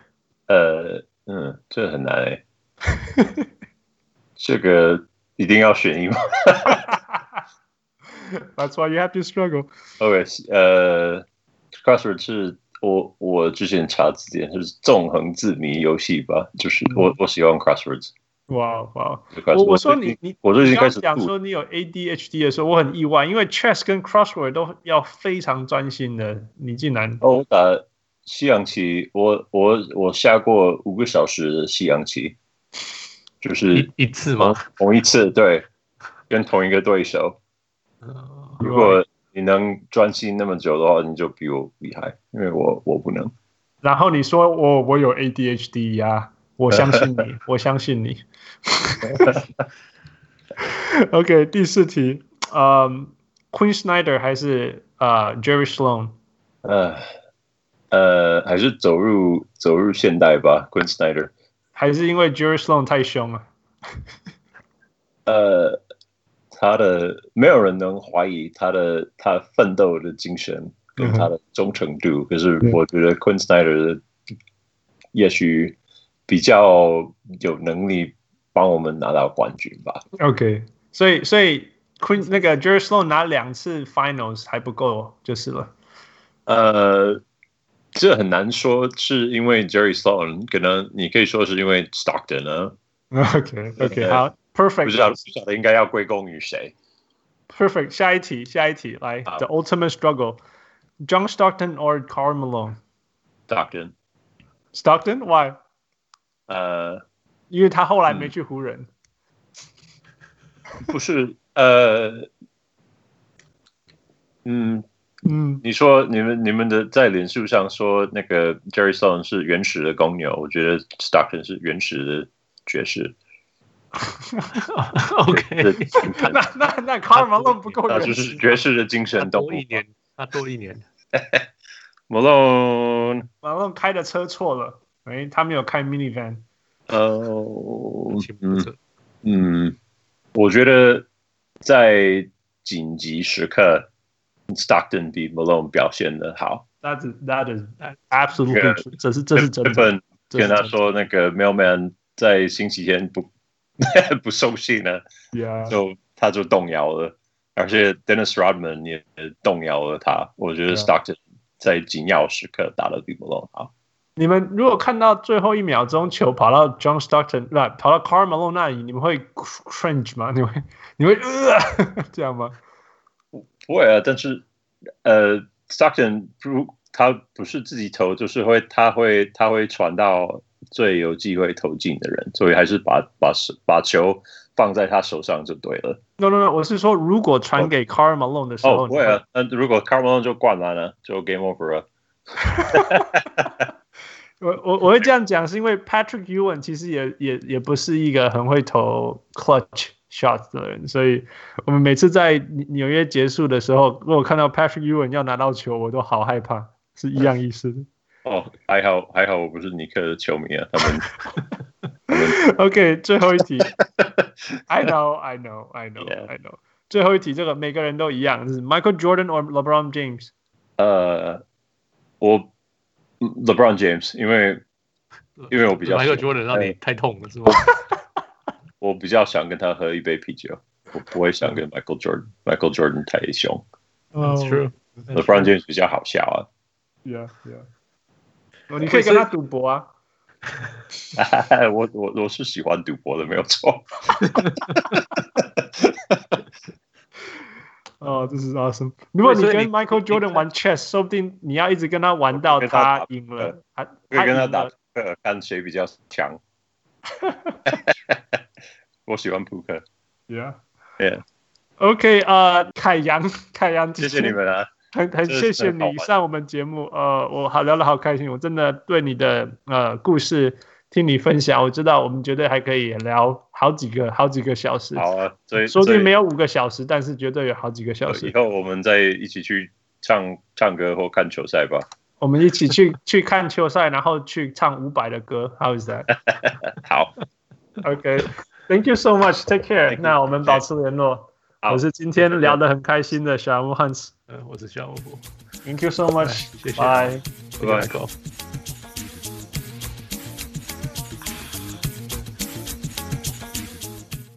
呃，嗯，这很难哎、这个一定要选一吗
That's why you have to struggle。
？OK，呃，Crossword 是我我之前查字典，就是纵横字谜游戏吧，就是我我喜欢 Crosswords。
哇哇！
我
嗯我我说你你
我最
你
近
刚
开始
讲
录，
说你有 ADHD 的时候，我很意外，因为 chess 跟 crossword 都要非常专心的，你竟然
哦，我打西洋棋，我我我下过五个小时的西洋棋，
嗯
就是
一一次吗？
同一次对，跟同一个对
哦
手。
呃
如果你能专心那么久的话，你就比我厉害，因为我我不能。
然后你说我我有 ADHD 呀、我相信 你，我相信你。OK，第四题，嗯、q u e e n Snyder 还是呃 Jerry Sloan？
呃呃，还是走入走入现代吧，Quinn Snyder。
还是因为 Jerry Sloan 太凶了？
呃，他的没有人能怀疑他的他奋斗的精神跟他的忠诚度。可是我觉得 Quinn Snyder 的也许比较有能力帮我们拿到冠军吧。
OK，所以所以 Queen 那个 Jerry Sloan 拿两次 Finals 还不够就是了。
呃，这很难说，是因为 Jerry Sloan，可能你可以说是因为 Stockton 啊，
OK OK，
对
好
不知道不
，Perfect
晓得应该要归功于谁。
Perfect，下一题下一题来
好
The Ultimate Struggle，John Stockton or Karl Malone？Stockton
Stockton，
why？
呃，
因为他后来
嗯
没去湖人。
不是，呃，嗯，
嗯，
你说你们你们的在脸书上说那个 Jerry Sloan 是原始的公牛，我觉得 Stockton 是原始的爵士，
OK，
这挺惨
那
的
那那卡尔马龙不够
那
原
就是
始。
爵士的精
他
神动物
多。一年，他多一年。
Malone。
马龙开的车错了，哎，他没有开 minivan。
呃，
情不
嗯
责
嗯，我觉得在紧急时刻，Stockton 比 Malone 表现的好。
That is that is absolutely
这个
true，这是这是真
日
的。
本
这是
跟他
真的
说那个 Mailman 在星期天不 不送信呢，
Yeah，
就他就动摇了，而且 Dennis Rodman 也动摇了他。我觉得
Yeah
Stockton 在紧要时刻打得比 Malone 好。
你们如果看到最后一秒钟球跑到 John Stockton 那跑到 Carl Malone 那里，你们会 cringe 吗？你会你会呃 这样吗？
不会啊，但是呃，Stockton 如他不是自己投，就是会他会他会传到最有机会投进的人，所以还是把把把球放在他手上就对了。
No no no，我是说，如果传给 Carl Malone 的时候，
哦，不会啊，那如果 Carmelo 就灌篮了，就 Game Over 了。
我我我会这样讲，是因为 Patrick Ewing 其实也也也不是一个很会投 clutch shots 的人，所以我们每次在纽纽约结束的时候，如果看到 Patrick Ewing 要拿到球，我都好害怕，是一样意思的。
哦，还好还好，我不是尼克的球迷啊，他们
OK，最后一题。I know, I know, I know,
Yeah.
I know。最后一题，这个每个人都一样，就是 Michael Jordan or LeBron James。
呃，我 LeBron James，因为嗯因为我比较
还有
喜哎
Jordan 让你太痛了是吗？
我比较想跟他喝一杯啤酒，我不会想跟 Michael Jordan Michael Jordan 太凶。
That's
哦
true.
LeBron James 比较好笑啊。
Yeah, yeah。哦你可以跟他赌博啊。
啊 我我我是喜欢赌博的，没有错。
哦，这是 awesome。如果你
所以
跟
你
Michael
你
Jordan 玩 chess，说不定你要一直跟他玩到
跟他打
他赢了，他
可以跟他
赢
打
了
扑克，看谁比较强。 我喜欢扑克，
Yeah。
Yeah
OK，呃，凯洋，凯洋，
谢谢你们啊！
很很
这
谢谢
很好
你
玩
上我们节目，呃，我好聊得好开心，我真的对你的呃故事听你分享，我知道我们绝对还可以聊好几个好几个小时，
好啊，所以
说不
所以
定没有五个小时，但是绝对有好几个小时
以。后我们再一起去唱唱歌或看球赛吧。
我们一起去去看球赛，然后去唱伍佰的歌，How is that？
好，
OK，Thank you so much. Take care.
Thank you.
那我们保持联络。
好
我是今天聊得很开心的小木汉斯。
呃，我是小我，
Thank you so much.
谢谢
Bye.
拜拜。Michael
Bye